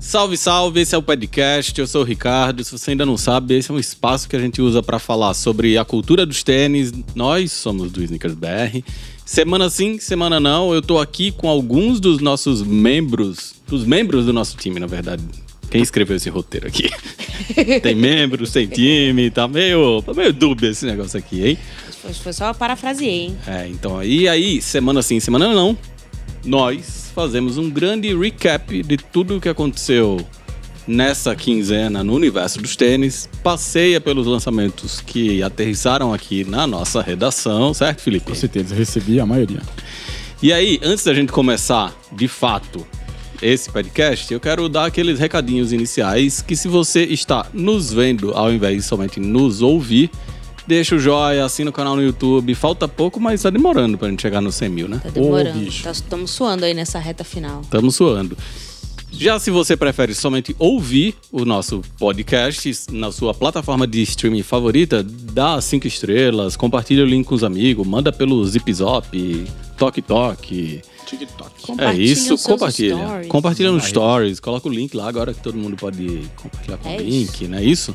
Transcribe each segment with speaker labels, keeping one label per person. Speaker 1: Salve, salve, esse é o podcast, eu sou o Ricardo. Se você ainda não sabe, esse é um espaço que a gente usa para falar sobre a cultura dos tênis. Nós somos do Sneakers BR. Semana sim, semana não, eu tô aqui com alguns dos nossos membros, dos membros do nosso time, na verdade. Quem escreveu esse roteiro aqui? tem membros, tem time, tá meio, tá meio dúbio esse negócio aqui, hein?
Speaker 2: Foi- Foi só parafraseei, hein?
Speaker 1: É, então aí, aí, semana sim, semana não, nós fazemos um grande recap de tudo o que aconteceu nessa quinzena no universo dos tênis, passeia pelos lançamentos que aterrissaram aqui na nossa redação, certo, Felipe?
Speaker 3: Com certeza, recebi a maioria.
Speaker 1: E aí, antes da gente começar, de fato, esse podcast, eu quero dar aqueles recadinhos iniciais que se você está nos vendo ao invés de somente nos ouvir, deixa o joia, assina o canal no YouTube. Falta pouco, mas tá demorando pra gente chegar nos 100 mil, né?
Speaker 2: Tá demorando.
Speaker 3: bicho.
Speaker 2: Estamos suando aí nessa reta final.
Speaker 1: Tamo suando. Já se você prefere somente ouvir o nosso podcast na sua plataforma de streaming favorita, dá cinco estrelas, compartilha o link com os amigos, manda pelo Zip Zop, Tok Tok,
Speaker 3: TikTok. É
Speaker 1: é
Speaker 2: Compartilha
Speaker 1: isso,
Speaker 2: os seus
Speaker 1: compartilha.
Speaker 2: stories.
Speaker 1: Compartilha nos stories, coloca o link lá agora que todo mundo pode compartilhar com
Speaker 2: É
Speaker 1: o link,
Speaker 2: isso.
Speaker 1: não é isso?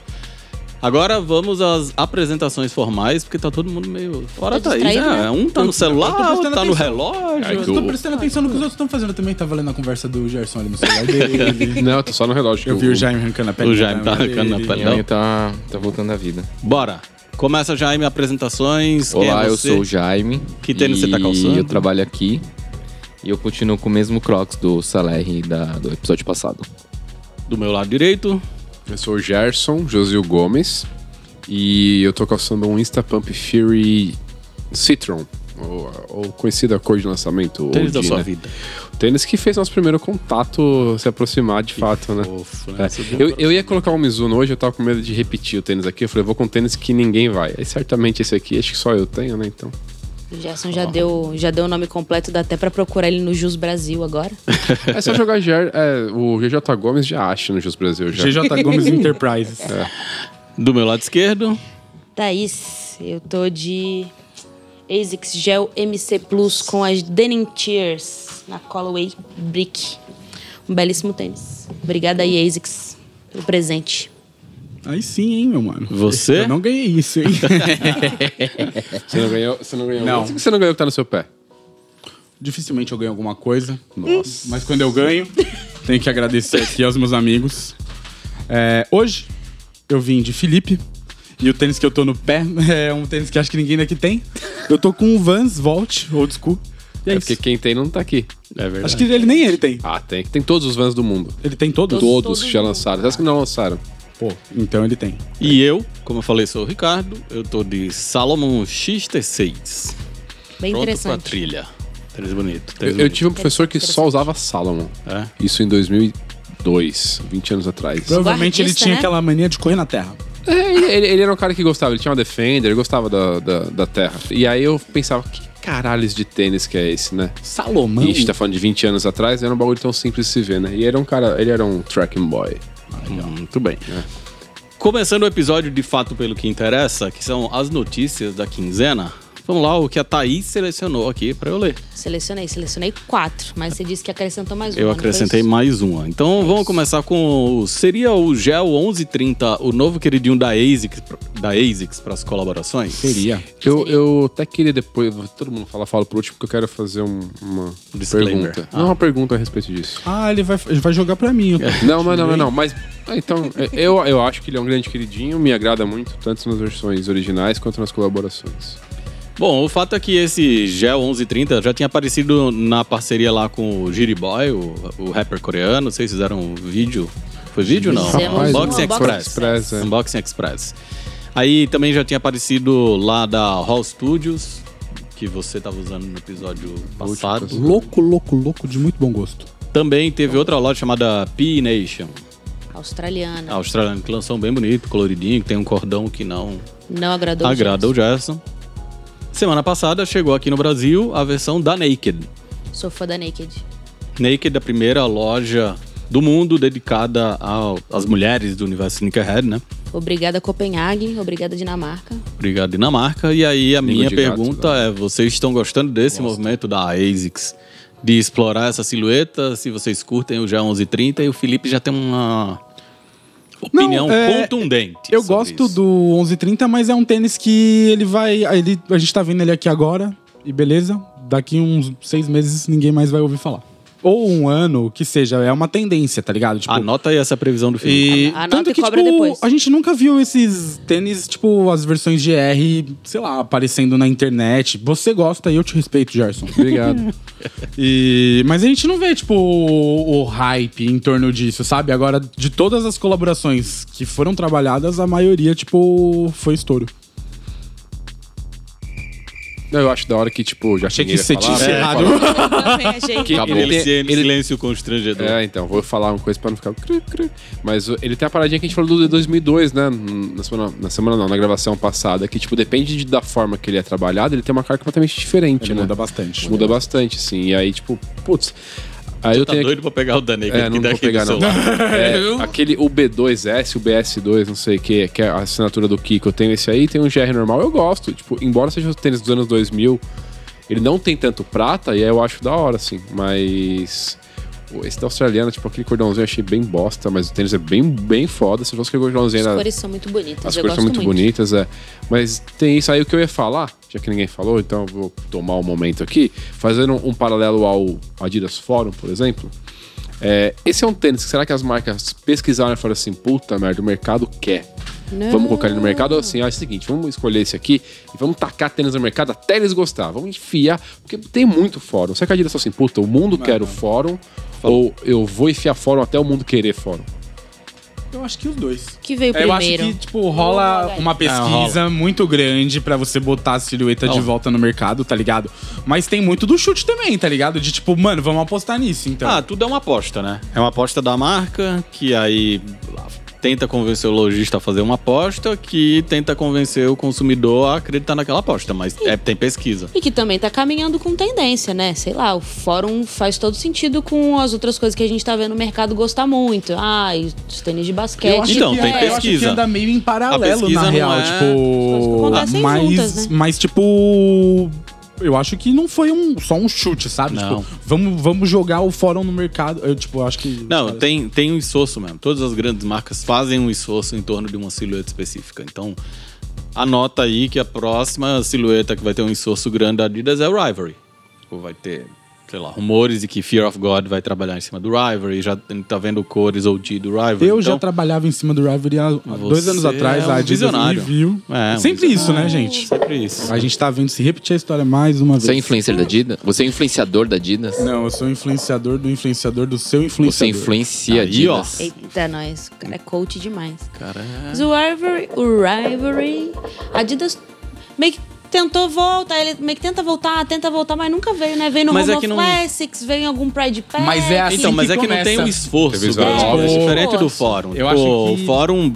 Speaker 1: Agora vamos às apresentações formais, porque tá todo mundo meio fora
Speaker 2: Tá
Speaker 1: daí,
Speaker 2: distraído,
Speaker 1: né? Um tá
Speaker 2: né?
Speaker 3: Eu-
Speaker 1: no
Speaker 3: eu tô
Speaker 1: celular,
Speaker 3: prestando
Speaker 1: outro tá no
Speaker 3: atenção. É,
Speaker 1: relógio.
Speaker 4: Ai,
Speaker 3: Eu
Speaker 4: que
Speaker 3: tô
Speaker 4: eu-
Speaker 3: prestando atenção no que os outros estão fazendo também. Tava lendo a conversa do Gerson ali no celular dele.
Speaker 4: Não, eu
Speaker 5: tá
Speaker 4: tô só no relógio. que
Speaker 3: Eu vi o Jaime arrancando a perna.
Speaker 1: O Jaime tá arrancando a perna.
Speaker 4: Minha mãe tá, tá voltando à vida.
Speaker 1: Bora. Começa já aí minhas apresentações. Quem
Speaker 4: Olá,
Speaker 1: é
Speaker 4: eu
Speaker 1: você?
Speaker 4: sou o Jaime.
Speaker 1: Que tênis
Speaker 4: e
Speaker 1: você tá calçando?
Speaker 4: Eu trabalho aqui. E eu continuo com o mesmo Crocs do Saler da, do episódio passado.
Speaker 1: Do meu lado direito.
Speaker 5: Eu sou o Gerson Josil Gomes e eu tô calçando um Instapump Fury Citron, ou, ou conhecida cor de lançamento. ou
Speaker 1: Tênis da
Speaker 5: de,
Speaker 1: sua
Speaker 5: né?
Speaker 1: vida.
Speaker 5: Tênis que fez nosso primeiro contato se aproximar de fato, né?
Speaker 1: Fofo, né?
Speaker 5: É, eu, eu ia colocar um Mizuno hoje, eu tava com medo de repetir o tênis aqui. Eu falei, vou com um tênis que ninguém vai. Aí certamente esse aqui, acho que só eu tenho, né? Então.
Speaker 2: O Gerson já, deu, já deu o nome completo, dá até pra procurar ele no Jus Brasil agora.
Speaker 5: É só jogar Ger, é, o GJ Gomes já acha no Jus Brasil já.
Speaker 3: GJ Tá Gomes Enterprises.
Speaker 1: É, Do meu lado esquerdo.
Speaker 2: Thaís, eu tô de ASICS Gel MC Plus com as Denim Tears na Callaway Brick. Um belíssimo tênis. Obrigada aí, ASICS, pelo presente.
Speaker 3: Aí sim, hein, meu mano.
Speaker 1: Você?
Speaker 3: Eu não ganhei isso, hein?
Speaker 5: Você não ganhou? Você não ganhou?
Speaker 3: Não.
Speaker 5: Por que Você não ganhou o que tá no seu pé?
Speaker 3: Dificilmente eu ganho alguma coisa. Nossa. Mas quando eu ganho, tenho que agradecer aqui aos meus amigos. É, hoje eu vim de Felipe. E o tênis que eu tô no pé é um tênis que acho que ninguém daqui tem. Eu tô com um Vans Volt, old school. E é,
Speaker 5: É
Speaker 3: isso.
Speaker 5: porque quem tem não tá aqui.
Speaker 1: É verdade.
Speaker 3: Acho que ele nem ele tem.
Speaker 5: Ah, tem. Tem todos os vans do mundo.
Speaker 3: Ele tem todos?
Speaker 5: Todos,
Speaker 2: Todos
Speaker 5: que já
Speaker 2: não.
Speaker 5: lançaram. Essas que não lançaram.
Speaker 3: Pô, então ele tem.
Speaker 1: E eu, como eu falei, sou o Ricardo. Eu tô de Salomon XT6. Pronto pra
Speaker 2: Bem interessante.
Speaker 1: trilha. Tênis bonito.
Speaker 5: Eu,
Speaker 1: Tênis
Speaker 5: eu
Speaker 1: bonito.
Speaker 5: tive um professor que só usava Salomon.
Speaker 1: É?
Speaker 5: Isso em 2002, 20 anos atrás.
Speaker 3: Provavelmente ele
Speaker 2: Guardista,
Speaker 3: tinha
Speaker 2: né?
Speaker 3: aquela mania de correr na terra.
Speaker 5: É, ele, ele- ele era um cara que gostava. Ele tinha uma Defender, ele gostava da, da, da terra. E aí eu pensava, que caralhos de tênis que é esse, né?
Speaker 3: Salomão.
Speaker 5: E a gente tá falando de 20 anos atrás, era um bagulho tão simples de se ver, né? E era um cara, ele era um tracking boy.
Speaker 1: Muito Hum, bem. Começando o episódio de fato pelo que interessa, que são as notícias da quinzena. Vamos lá, o que a Thaís selecionou aqui pra eu ler.
Speaker 2: Selecionei, selecionei quatro, mas você disse que acrescentou mais um.
Speaker 1: Eu acrescentei mais uma. Então vamos começar com. o- Seria o Gel 1130 o novo queridinho da ASICS, da ASICS para as colaborações?
Speaker 3: Seria.
Speaker 5: Eu, eu até queria depois, todo mundo fala, fala por último, porque eu quero fazer um- uma
Speaker 1: Disclaimer.
Speaker 5: pergunta.
Speaker 1: Ah.
Speaker 5: Não uma pergunta a respeito disso.
Speaker 3: Ah, ele vai, ele vai jogar pra mim. eu tô
Speaker 5: Não, mas não, mas não. Mas ah, então, é, eu, eu acho que ele é um grande queridinho, me agrada muito, tanto nas versões originais quanto nas colaborações.
Speaker 1: Bom, o fato é que esse Gel 1130 já tinha aparecido na parceria lá com o Jiriboy, o, o rapper coreano. Vocês fizeram um vídeo. Foi vídeo ou não?
Speaker 2: Fizemos um
Speaker 1: Unboxing
Speaker 2: unboxing
Speaker 1: Express.
Speaker 5: express, é.
Speaker 1: Unboxing Express. Aí também já tinha aparecido lá da Hall Studios, que você estava usando no episódio passado.
Speaker 3: Louco, louco, louco, de muito bom gosto.
Speaker 1: Também teve outra loja chamada P Nation.
Speaker 2: Australiana.
Speaker 1: A australiana que lançou um bem bonito, coloridinho, que tem um cordão que não
Speaker 2: Não agradou. o
Speaker 1: agrada o Gerson. Semana passada chegou aqui no Brasil a versão da Naked.
Speaker 2: Gerson. Sou fã da Naked.
Speaker 1: Naked é a primeira loja do mundo dedicada ao- às mulheres do universo sneakerhead, né?
Speaker 2: Obrigada, Copenhague. Obrigada, Dinamarca.
Speaker 1: Obrigado, Dinamarca. E aí a
Speaker 5: Língua
Speaker 1: minha
Speaker 5: de gato, né?
Speaker 1: pergunta é, vocês estão gostando desse movimento da ASICS de explorar essa silhueta. Se vocês curtem o já 1130 e o Felipe já tem uma opinião
Speaker 3: Não, é,
Speaker 1: contundente.
Speaker 3: Eu
Speaker 1: sobre
Speaker 3: gosto
Speaker 1: isso.
Speaker 3: do 1130, mas é um tênis que ele vai. Ele, a gente tá vendo ele aqui agora, e beleza. Daqui uns seis meses ninguém mais vai ouvir falar. Ou um ano, que seja, é uma tendência, tá ligado? Tipo,
Speaker 1: Anota aí essa previsão do Felipe.
Speaker 3: e
Speaker 2: Anota
Speaker 3: tanto
Speaker 2: e
Speaker 3: que,
Speaker 2: cobra
Speaker 3: tipo,
Speaker 2: depois.
Speaker 3: a gente nunca viu esses tênis, tipo, as versões GR, sei lá, aparecendo na internet. Você gosta e eu te respeito, Gerson.
Speaker 5: Obrigado.
Speaker 3: E- mas a gente não vê, tipo, o, o hype em torno disso, sabe? Agora, de todas as colaborações que foram trabalhadas, a maioria, tipo, foi estouro.
Speaker 5: Não, eu acho da hora que, tipo, já
Speaker 3: Achei que
Speaker 5: ninguém ia
Speaker 3: você tinha
Speaker 5: falar, né?
Speaker 3: encerrado.
Speaker 2: Também achei.
Speaker 5: Acabou.
Speaker 1: Ele,
Speaker 5: Ele
Speaker 1: tem
Speaker 5: tem- ele-
Speaker 1: silêncio constrangedor.
Speaker 5: É, então, vou falar uma coisa pra não ficar. cru, cru. Mas o- ele tem a paradinha que a gente falou do de 2002, né? Na semana, na semana não, na gravação passada, que, tipo, depende de- da forma que ele é trabalhado, ele tem uma cara completamente diferente,
Speaker 3: Ele Tipo,
Speaker 5: né?
Speaker 3: muda bastante.
Speaker 5: Muda bastante, sim. E aí, tipo, putz. Aí eu
Speaker 1: tá
Speaker 5: tenho.
Speaker 1: doido pra pegar o Danei,
Speaker 5: É,
Speaker 1: que
Speaker 5: não
Speaker 1: dá
Speaker 5: vou
Speaker 1: aqui do
Speaker 5: pegar, não.
Speaker 1: celular.
Speaker 5: É, aquele o B2S, o BS2, não sei o que, que é a assinatura do Kiko. Eu tenho esse aí, tem um GR normal, eu gosto. Tipo, embora seja o tênis dos anos 2000, ele não tem tanto prata, e aí eu acho da hora, assim. Mas. o- Esse da australiana, tipo, aquele cordãozinho eu achei bem bosta, mas o tênis é bem, bem foda. Se fosse aquele cordãozinho
Speaker 2: As
Speaker 5: era.
Speaker 2: cores são muito bonitas.
Speaker 5: As
Speaker 2: eu
Speaker 5: coisas
Speaker 2: gosto
Speaker 5: são muito,
Speaker 2: muito.
Speaker 5: bonitas, é. Mas tem isso aí o que eu ia falar, já que ninguém falou, então eu vou tomar um momento aqui, fazendo um paralelo ao Adidas Forum, por exemplo. É, esse é um tênis que será que as marcas pesquisaram e falaram assim, puta merda, o mercado quer. Vamos colocar ele no mercado ou assim, ah, é o seguinte, vamos escolher esse aqui e vamos tacar tênis no mercado até eles gostar. Vamos enfiar, porque tem muito fórum. Será que a Adidas falou assim, puta, o mundo quer o fórum ou eu vou enfiar fórum até o mundo querer fórum?
Speaker 3: Eu acho que os dois.
Speaker 2: Que veio
Speaker 3: Eu acho
Speaker 2: primeiro?
Speaker 3: que, tipo, rola uma pesquisa muito grande pra você botar a silhueta de volta no mercado, tá ligado? Mas tem muito do chute também, tá ligado? De tipo, mano, vamos apostar nisso, então.
Speaker 1: Ah, tudo é uma aposta, né? É uma aposta da marca, que aí tenta convencer o lojista a fazer uma aposta, que tenta convencer o consumidor a acreditar naquela aposta, mas é, tem pesquisa.
Speaker 2: E que também tá caminhando com tendência, né? Sei lá, o fórum faz todo sentido com as outras coisas que a gente tá vendo no mercado gostar muito. Ah, e os tênis de
Speaker 3: Eu
Speaker 2: basquete.
Speaker 3: acho
Speaker 1: Então,
Speaker 3: que
Speaker 1: tem
Speaker 3: é, Eu acho que
Speaker 1: pesquisa.
Speaker 3: anda meio em
Speaker 1: A
Speaker 3: paralelo,
Speaker 1: pesquisa
Speaker 3: na
Speaker 1: não
Speaker 3: real.
Speaker 1: é-
Speaker 2: As
Speaker 3: Tipo.
Speaker 2: coisas acontecem
Speaker 3: mas,
Speaker 2: juntas, né?
Speaker 3: mas, tipo. Eu acho que não foi um, só um chute, sabe?
Speaker 1: Não.
Speaker 3: Tipo, vamos, vamos jogar o fórum no mercado. Eu, tipo, eu acho que.
Speaker 1: Não, tem, tem um esforço mesmo. Todas as grandes marcas fazem um esforço em torno de uma silhueta específica. Então, anota aí que a próxima silhueta que vai ter um esforço grande da Adidas é o Rivalry. Tipo, vai ter, sei lá, rumores de que Fear of God vai trabalhar em cima do Rivalry, já tá vendo cores ou do Rivalry.
Speaker 3: Eu já
Speaker 1: Então,
Speaker 3: trabalhava em cima do Rivalry há há dois
Speaker 1: Você
Speaker 3: atrás, anos atrás,
Speaker 1: é um
Speaker 3: a Adidas
Speaker 1: visionário.
Speaker 3: me viu.
Speaker 1: É, um
Speaker 3: Sempre isso, né, gente?
Speaker 1: Sempre isso.
Speaker 3: A gente tá vendo se repetir a história mais uma
Speaker 4: Você é
Speaker 3: vez.
Speaker 4: influencer da Adidas? Você é influenciador da Adidas?
Speaker 3: Não, eu sou influenciador do influenciador do seu
Speaker 4: Você é
Speaker 3: influenciador.
Speaker 4: influencia
Speaker 1: Aí, ó.
Speaker 4: Adidas?
Speaker 2: Eita, nós. O cara é coach demais.
Speaker 1: Caralho.
Speaker 2: Mas o Rivalry, o Rivalry, a Adidas meio que tentou voltar, ele meio que tenta voltar, tenta voltar, mas nunca veio, né? Veio no
Speaker 1: Mas
Speaker 2: Home
Speaker 1: é
Speaker 2: of
Speaker 1: que não-
Speaker 2: Classics, veio em algum Pride Pack.
Speaker 3: Mas é assim
Speaker 1: Então, mas
Speaker 3: que
Speaker 1: é que não tem
Speaker 3: começa.
Speaker 1: um esforço.
Speaker 5: Tem visual
Speaker 1: grande,
Speaker 5: novo.
Speaker 1: é diferente do
Speaker 2: Esforço.
Speaker 1: fórum.
Speaker 3: Eu
Speaker 1: Pô,
Speaker 3: acho que-
Speaker 1: O fórum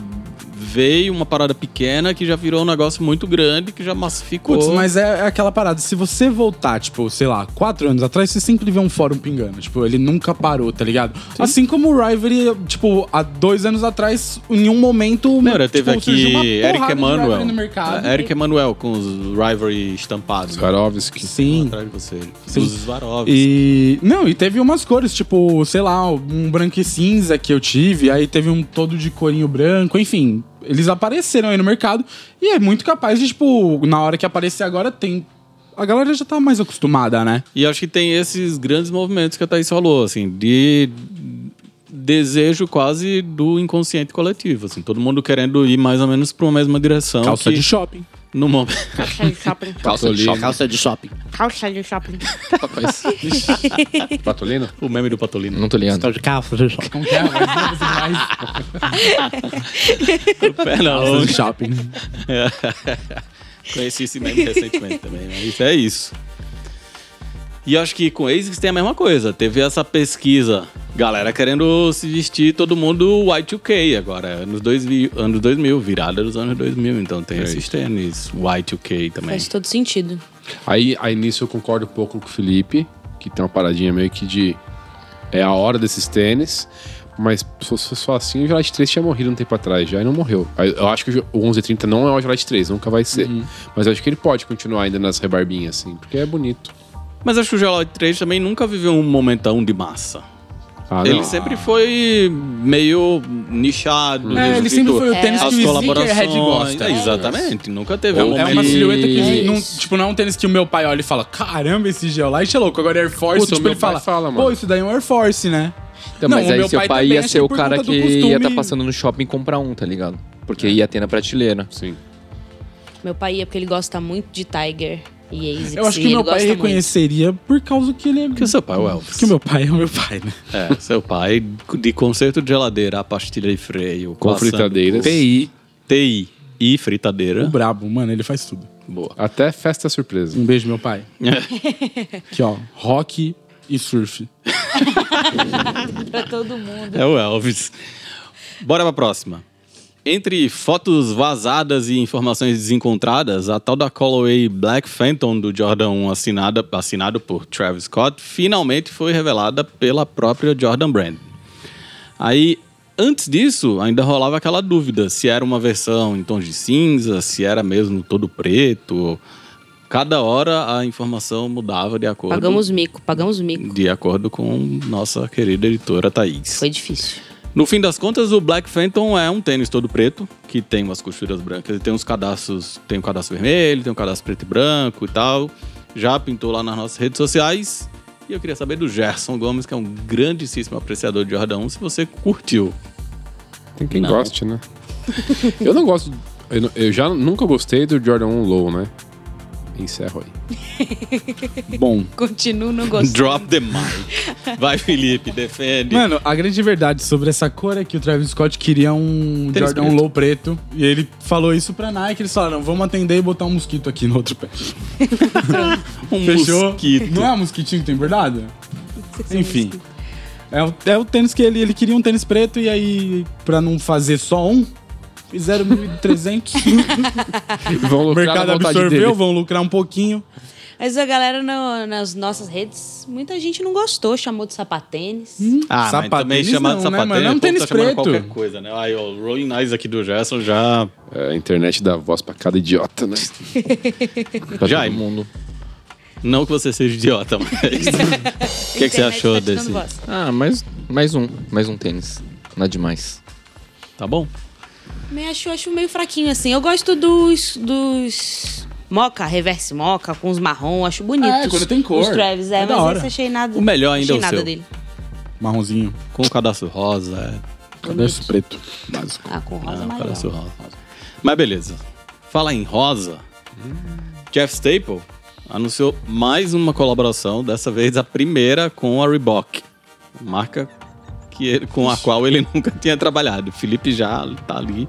Speaker 1: veio uma parada pequena que já virou um negócio muito grande, que já massificou.
Speaker 3: Putz, mas é, é aquela parada. Se você voltar, tipo, sei lá, quatro anos atrás, você sempre vê um fórum pingando. Tipo, ele nunca parou, tá ligado? Assim como o Rivalry, tipo, há dois anos atrás, em um momento.
Speaker 1: Lembra,
Speaker 3: tipo,
Speaker 1: teve
Speaker 3: surgiu uma
Speaker 1: aqui
Speaker 3: porrada
Speaker 1: Eric
Speaker 3: de
Speaker 1: Emanuel.
Speaker 3: Rivalry No mercado.
Speaker 1: Ah, Eric Emanuel com os Rivalry estampados. né?
Speaker 5: Swarovski.
Speaker 3: Sim.
Speaker 1: Atrás de você.
Speaker 3: Sim.
Speaker 1: Os Svarovs.
Speaker 3: E. Não, e teve umas cores, tipo, sei lá, um branco e cinza que eu tive, aí teve um todo de corinho branco, enfim. Eles apareceram aí no mercado e é muito capaz de, tipo, na hora que aparecer agora tem. A galera já tá mais acostumada, né?
Speaker 1: E acho que tem esses grandes movimentos que a Thaís falou, assim, de desejo quase do inconsciente coletivo, assim, todo mundo querendo ir mais ou menos para uma mesma direção
Speaker 3: Calça
Speaker 1: que
Speaker 3: de shopping.
Speaker 1: no momento
Speaker 2: Calça de shopping.
Speaker 4: Calça de shopping. Calça de shopping.
Speaker 2: Calça de shopping.
Speaker 5: Patolino?
Speaker 1: o meme do Patolino.
Speaker 4: Não tô ligando.
Speaker 3: Como que é? Mais, mais,
Speaker 1: Pera,
Speaker 3: Calça de shopping.
Speaker 1: Conheci esse meme recentemente também, né? Isso é isso. E acho que com ASICS tem a mesma coisa. Teve essa pesquisa. Galera querendo se vestir, todo mundo Y2K agora. Anos 2000, anos 2000 virada dos anos 2000. Então tem esses tênis Y2K também.
Speaker 2: Faz todo sentido.
Speaker 5: Aí, aí nisso eu concordo um pouco com o Felipe, que tem uma paradinha meio que de. É a hora desses tênis. Mas se fosse só assim, o Gelate 3 tinha morrido um tempo atrás já e não morreu. Aí Eu acho que o 1130 não é o Gelate 3, nunca vai ser. Mas eu acho que ele pode continuar ainda nas rebarbinhas, assim, porque é bonito.
Speaker 1: Mas acho que o Geoloid 3 também nunca viveu um momentão de massa.
Speaker 5: Ah,
Speaker 1: ele
Speaker 5: não.
Speaker 1: sempre foi meio nichado.
Speaker 3: É, ele sempre foi o tênis
Speaker 1: As
Speaker 3: que o Sneakerhead
Speaker 1: colaborações.
Speaker 3: gosta.
Speaker 1: É, exatamente. Nunca teve
Speaker 3: É
Speaker 1: um momento.
Speaker 3: uma
Speaker 1: que-
Speaker 3: silhueta que
Speaker 5: Isso.
Speaker 3: não, tipo, não é um tênis que o meu pai olha e fala: Caramba, esse Geolite é louco. Agora Air Force,
Speaker 5: Puta, o
Speaker 3: tipo,
Speaker 5: meu
Speaker 3: ele
Speaker 5: pai
Speaker 3: fala,
Speaker 5: fala, mano.
Speaker 3: Pô, isso daí é um Air Force, né?
Speaker 4: Então,
Speaker 3: Não,
Speaker 4: mas
Speaker 3: o
Speaker 4: aí
Speaker 3: meu
Speaker 4: seu
Speaker 3: pai
Speaker 4: pai,
Speaker 3: também,
Speaker 4: ia
Speaker 3: acho
Speaker 4: ser
Speaker 3: que
Speaker 4: o
Speaker 3: por
Speaker 4: cara
Speaker 3: conta
Speaker 4: que
Speaker 3: do costume-
Speaker 4: ia estar passando no shopping comprar um, tá ligado? Porque ia ter na prateleira.
Speaker 5: Sim.
Speaker 2: Meu pai ia porque ele gosta muito de Tiger e ASICS.
Speaker 3: Eu acho
Speaker 2: e
Speaker 3: que
Speaker 2: ele
Speaker 3: meu pai
Speaker 2: gosta
Speaker 3: reconheceria por causa que ele é.
Speaker 1: Que seu pai é o Elvis.
Speaker 3: Que meu pai é meu pai, né?
Speaker 1: É, seu pai de conserto de geladeira, a pastilha de freio.
Speaker 5: Com
Speaker 1: passando
Speaker 5: fritadeiras.
Speaker 1: TI. TI. E fritadeira.
Speaker 3: O brabo, mano, ele faz tudo.
Speaker 1: Boa.
Speaker 5: Até festa surpresa.
Speaker 3: Um beijo, meu pai. Aqui, ó, rock e surf.
Speaker 2: muito pra todo mundo.
Speaker 1: É o Elvis. Bora pra próxima. Entre fotos vazadas e informações desencontradas, a tal da Callaway Black Phantom do Jordan 1 assinada, assinado por Travis Scott finalmente foi revelada pela própria Jordan Brand. Aí, antes disso, ainda rolava aquela dúvida se era uma versão em tons de cinza, se era mesmo todo preto. Cada hora a informação mudava de acordo,
Speaker 2: Pagamos mico, pagamos mico.
Speaker 1: de acordo com nossa querida editora Thaís.
Speaker 2: Foi difícil.
Speaker 1: No fim das contas, o Black Phantom é um tênis todo preto, que tem umas costuras brancas. Ele tem uns cadastros, tem um cadastro vermelho, tem um cadastro preto e branco e tal. Já pintou lá nas nossas redes sociais. E eu queria saber do Gerson Gomes, que é um grandíssimo apreciador de Jordan 1, se você curtiu.
Speaker 5: Tem quem
Speaker 1: Não.
Speaker 5: goste, né? eu não gosto. Eu, não- eu já nunca gostei do Jordan 1 Low, né? Encerro aí.
Speaker 3: Bom.
Speaker 2: Continuo não gostando.
Speaker 1: Drop the mic. Vai, Felipe, defende.
Speaker 3: Mano, a grande verdade sobre essa cor é que o Travis Scott queria um
Speaker 1: Tênis
Speaker 3: Jordan
Speaker 1: preto.
Speaker 3: Low preto. E ele falou isso pra Nike. Eles falaram, vamos atender e botar um mosquito aqui no outro pé.
Speaker 1: um
Speaker 3: Fechou?
Speaker 1: mosquito.
Speaker 3: Não é um mosquitinho que tem bordado? Enfim. É o, é o tênis que ele, ele queria um tênis preto e aí, pra não fazer só um, fizeram 1.300.
Speaker 5: Vão
Speaker 3: o
Speaker 5: lucrar na
Speaker 3: mercado
Speaker 5: vontade
Speaker 3: absorveu,
Speaker 5: dele.
Speaker 3: vão lucrar um pouquinho.
Speaker 2: Mas a galera no- nas nossas redes, muita gente não gostou, chamou de sapatênis.
Speaker 3: Hum.
Speaker 1: Ah, mas também
Speaker 3: Sapatênis
Speaker 1: chamado
Speaker 3: não, né,
Speaker 1: sapatênis.
Speaker 3: mano? É um
Speaker 1: o povo
Speaker 3: tênis
Speaker 1: tá chamando
Speaker 3: preto.
Speaker 1: qualquer coisa, né? Aí, ó, o Rolling Eyes aqui do Gerson já...
Speaker 5: É, a internet dá voz pra cada idiota, né?
Speaker 4: Pra
Speaker 1: Jaime.
Speaker 4: todo mundo.
Speaker 1: Não que você seja idiota, mas... O que, que você
Speaker 2: Internet
Speaker 1: achou
Speaker 2: tá te dando
Speaker 1: desse...
Speaker 2: voz.
Speaker 4: Ah, mais, mais um. Mais um tênis. Nada demais.
Speaker 1: Tá bom?
Speaker 2: Me acho, acho meio fraquinho assim. Eu gosto dos. dos... Moca, reverse moca, com os marrom, acho bonito.
Speaker 3: É, quando tem cor.
Speaker 2: Os Travis, é,
Speaker 3: É da
Speaker 2: mas
Speaker 3: hora.
Speaker 2: esse achei nada.
Speaker 1: O melhor ainda
Speaker 2: achei
Speaker 1: é o
Speaker 2: nada
Speaker 1: seu.
Speaker 2: dele.
Speaker 3: Marronzinho.
Speaker 1: Com o cadastro rosa.
Speaker 3: Cadê esse preto? Básico.
Speaker 2: Ah, com
Speaker 1: é.
Speaker 2: rosa
Speaker 1: Não,
Speaker 2: maior.
Speaker 1: cadastro rosa. Mas beleza. Fala em rosa.
Speaker 5: Hum.
Speaker 1: Jeff Staple anunciou mais uma colaboração, dessa vez a primeira com a Reebok. Marca que ele- com a qual ele nunca tinha trabalhado. O Felipe já tá ali.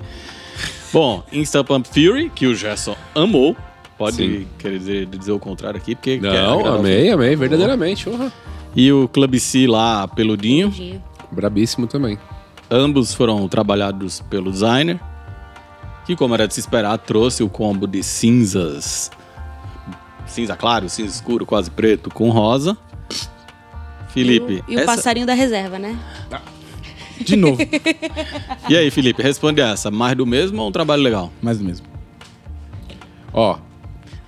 Speaker 1: Bom, Insta Pump Fury, que o Gerson amou. Pode
Speaker 5: Sim.
Speaker 1: querer dizer, dizer o contrário aqui, porque... quer
Speaker 5: Não,
Speaker 1: agradar os-
Speaker 5: amei, amei, verdadeiramente. Porra.
Speaker 1: E o Club C lá, peludinho.
Speaker 5: Brabíssimo também.
Speaker 1: Ambos foram trabalhados pelo designer, que, como era de se esperar, trouxe o combo de cinzas. Cinza claro, cinza escuro, quase preto, com rosa. Felipe.
Speaker 2: E o, e o
Speaker 1: essa-
Speaker 2: passarinho da reserva, né?
Speaker 3: De novo,
Speaker 1: e aí, Felipe, responde essa. Mais do mesmo ou um trabalho legal?
Speaker 3: mais do mesmo.
Speaker 5: Ó.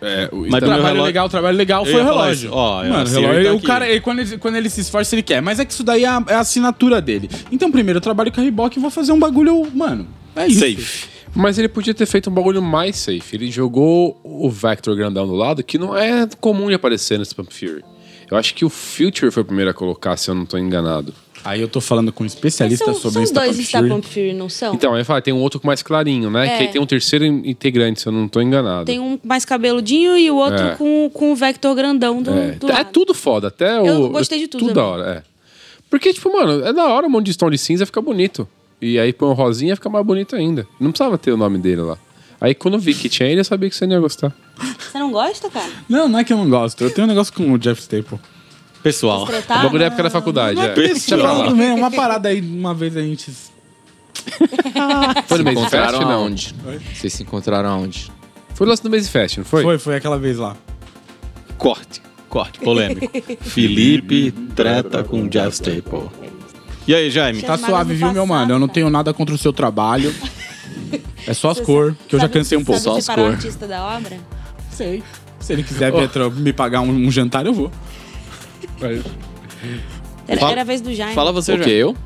Speaker 5: É, o
Speaker 1: Mas também-
Speaker 5: Insta-
Speaker 3: trabalho
Speaker 1: relógio-
Speaker 3: legal, trabalho legal
Speaker 1: Eu
Speaker 3: foi o
Speaker 1: ia falar
Speaker 3: relógio.
Speaker 1: isso. Ó,
Speaker 3: Mano,
Speaker 1: assim,
Speaker 3: relógio, é
Speaker 1: ele tá
Speaker 3: o
Speaker 1: aqui.
Speaker 3: cara, ele- quando, ele, quando ele se esforça, ele quer. Mas é que isso daí é a, é a assinatura dele. Então, primeiro eu trabalho com a Reebok e vou fazer um bagulho, mano. É isso.
Speaker 1: Safe.
Speaker 5: Mas ele podia ter feito um bagulho mais safe. Ele jogou o Vector grandão do lado, que não é comum de aparecer nesse Pump Fury. Eu acho que o Future foi o primeiro a colocar, se eu não tô enganado.
Speaker 3: Aí eu tô falando com um
Speaker 2: Mas
Speaker 3: especialista
Speaker 2: são
Speaker 3: sobre
Speaker 2: são os
Speaker 3: Insta
Speaker 2: dois
Speaker 3: Pump
Speaker 2: Insta
Speaker 3: Fury.
Speaker 2: Pump Fury, não são?
Speaker 5: Então, eu ia falar, tem um outro mais clarinho, né?
Speaker 2: É.
Speaker 5: Que aí tem um terceiro in- integrante, se eu não tô enganado.
Speaker 2: Tem um mais cabeludinho e o outro
Speaker 5: É.
Speaker 2: com, com o vector grandão do,
Speaker 5: É,
Speaker 2: do
Speaker 5: é
Speaker 2: lado.
Speaker 5: tudo foda, até o.
Speaker 2: Eu gostei de tudo,
Speaker 5: Tudo
Speaker 2: amigo.
Speaker 5: da hora, é. Porque, tipo, mano, é da hora um monte de tom de cinza, fica bonito. E aí põe um rosinha, fica mais bonito ainda. Não precisava ter o nome dele lá. Aí quando eu vi que tinha ele, eu sabia que você não ia gostar.
Speaker 2: Você não gosta, cara?
Speaker 3: Não, não é que eu não gosto. Eu tenho um negócio com o Jeff Staple.
Speaker 1: Pessoal.
Speaker 3: um
Speaker 5: o bagulho é
Speaker 2: Tretar?
Speaker 5: época da faculdade, é. Deixa pra lá.
Speaker 3: Pessoal, né, uma parada aí, uma vez a gente.
Speaker 5: Foi no
Speaker 4: se
Speaker 5: Maze Fest,
Speaker 4: encontraram
Speaker 5: não?
Speaker 4: aonde? Vocês se encontraram aonde?
Speaker 5: é. Foi o lance do Maze Fest, não foi? É
Speaker 3: Foi, foi aquela vez lá. Tá
Speaker 1: Corte. Corte, polêmico. Felipe treta com Jeff Staple. E aí, Jaime?
Speaker 2: Tá
Speaker 3: Tá
Speaker 2: As malas
Speaker 3: suave,
Speaker 2: do
Speaker 3: viu, meu
Speaker 2: passado,
Speaker 3: mano? Eu não
Speaker 2: cara.
Speaker 3: tenho nada contra o seu trabalho. É só as cores, que eu já
Speaker 2: Sabe-
Speaker 3: cansei um pouco.
Speaker 2: Sabe
Speaker 4: Só as
Speaker 2: separar o
Speaker 4: cor.
Speaker 2: artista da obra? É
Speaker 3: Sei. Se ele quiser Pietro, me pagar um, um jantar, eu vou.
Speaker 2: Era,
Speaker 1: Fala-
Speaker 2: era a vez do Jaime.
Speaker 1: Fala você,
Speaker 4: O que,
Speaker 1: Jaime.
Speaker 4: eu?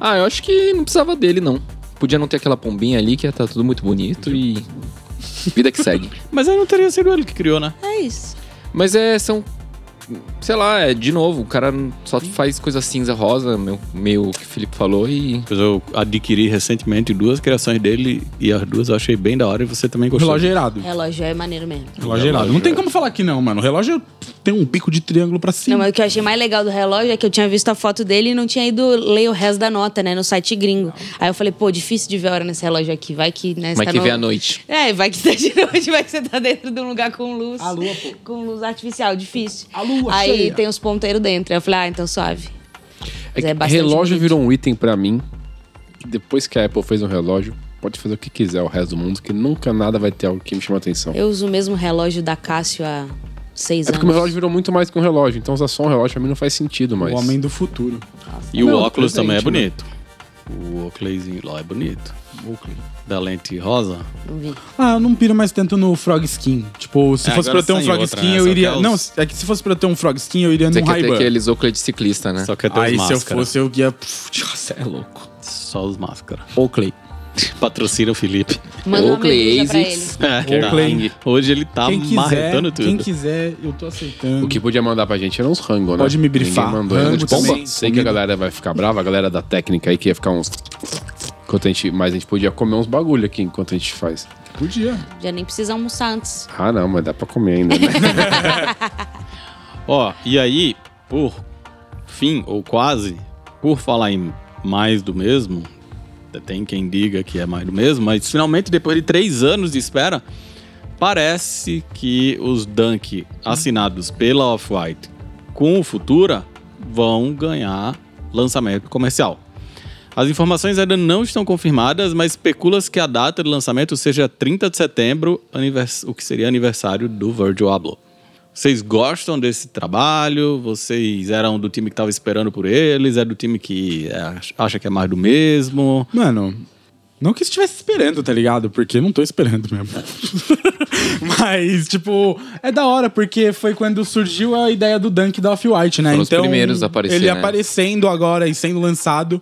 Speaker 4: Ah, eu acho que não precisava dele, não. Podia não ter aquela pombinha ali que ia tá tudo muito bonito e. Vida que segue.
Speaker 1: Mas aí não teria sido ele que criou, né?
Speaker 2: É isso.
Speaker 4: Mas é, são. Sei lá, é de novo, o cara só faz coisa cinza rosa, meu- meio o que o Felipe falou, e.
Speaker 1: Pois eu adquiri recentemente duas criações dele e as duas eu achei bem da hora e você também
Speaker 3: O
Speaker 1: gostou.
Speaker 3: relógio é irado.
Speaker 2: Relógio é maneiro mesmo.
Speaker 3: Relógio é irado. Não tem como falar que não, mano. O relógio tem um bico de triângulo pra
Speaker 2: Não,
Speaker 3: cima.
Speaker 2: mas o que eu achei mais legal do relógio é que eu tinha visto a foto dele e não tinha ido ler o resto da nota, né? No site gringo. Aí eu falei, pô, difícil de ver a hora nesse relógio aqui. Vai que, né? você
Speaker 4: Mas
Speaker 2: tá
Speaker 4: que
Speaker 2: no-
Speaker 4: vê à noite.
Speaker 2: É, vai que tá de noite, vai que você tá dentro de um lugar com luz.
Speaker 3: A lua, pô.
Speaker 2: Com luz artificial, difícil.
Speaker 3: A lua
Speaker 2: Aí
Speaker 3: cheia.
Speaker 2: tem os ponteiros dentro. Aí eu falei, ah, então suave.
Speaker 5: É
Speaker 2: Mas é
Speaker 5: que
Speaker 2: bastante
Speaker 5: relógio
Speaker 2: bonito.
Speaker 5: virou um item pra mim. que Depois que a Apple fez um relógio, pode fazer o que quiser o resto do mundo, que nunca nada vai ter algo que me chama atenção.
Speaker 2: Eu uso o mesmo relógio da Cássio há seis anos.
Speaker 5: É porque o meu relógio virou muito mais que um relógio, então usar só um relógio pra mim não faz sentido mais.
Speaker 3: O homem do futuro.
Speaker 1: E o
Speaker 5: Não,
Speaker 1: óculos também é
Speaker 3: né?
Speaker 5: presente,
Speaker 1: bonito. O óculosinho lá é bonito. Da lente rosa.
Speaker 2: Não vi.
Speaker 3: Ah, eu não piro mais tanto no Frog Skin. Tipo, se
Speaker 1: É,
Speaker 3: fosse pra
Speaker 1: agora
Speaker 3: eu ter um
Speaker 1: sem
Speaker 3: Frog
Speaker 1: outra,
Speaker 3: Skin,
Speaker 1: né?
Speaker 3: eu
Speaker 1: Só
Speaker 3: iria.
Speaker 1: que é os-
Speaker 3: Não, é que se fosse pra eu ter um Frog Skin, eu iria
Speaker 4: Você
Speaker 3: no
Speaker 4: quer ter
Speaker 3: Ray-Ban.
Speaker 4: aqueles óculos de ciclista, né?
Speaker 1: Só que até os
Speaker 3: É. Aí se eu
Speaker 1: máscara.
Speaker 3: fosse, eu ia. Pff, Nossa, é louco.
Speaker 1: Só os máscara.
Speaker 4: Oakley.
Speaker 1: Patrocina o Felipe.
Speaker 2: Manda uma
Speaker 4: Oakley
Speaker 2: medusa pra ele.
Speaker 4: Asics.
Speaker 1: É,
Speaker 3: Ô,
Speaker 1: tá.
Speaker 3: Clay.
Speaker 1: Hoje ele tá
Speaker 3: quem quiser,
Speaker 1: marretando tudo.
Speaker 3: quem quiser, eu tô aceitando.
Speaker 5: O que podia mandar pra gente era uns rango, né?
Speaker 3: Pode me brifar.
Speaker 5: Ninguém mandou rango
Speaker 3: Rango
Speaker 5: de bomba.
Speaker 3: também,
Speaker 5: Sei que
Speaker 3: comida.
Speaker 5: a galera vai ficar brava, a galera da técnica aí que ia ficar uns. Enquanto a gente, mas a gente podia comer uns bagulho aqui enquanto a gente faz.
Speaker 3: Podia.
Speaker 2: Já nem precisa almoçar antes.
Speaker 5: Ah, não, mas dá pra comer ainda, né?
Speaker 1: Ó, e aí, por fim, ou quase, por falar em mais do mesmo, tem quem diga que é mais do mesmo, mas finalmente, depois de três anos de espera, parece que os Dunk assinados pela Off-White com o Futura vão ganhar lançamento comercial. As informações ainda não estão confirmadas, mas especula-se que a data de lançamento seja 30 de setembro, anivers- o que seria aniversário do Virgil Abloh. Vocês gostam desse trabalho? Vocês eram do time que estava esperando por eles? É do time que é, ach- acha que é mais do mesmo?
Speaker 3: Mano, não que estivesse esperando, tá ligado? Porque eu não tô esperando mesmo. Mas, tipo, é da hora, porque foi quando surgiu a ideia do Dunk da Off-White, né?
Speaker 4: Foram os
Speaker 3: então,
Speaker 4: primeiros a aparecer,
Speaker 3: Ele
Speaker 4: né?
Speaker 3: aparecendo agora e sendo lançado.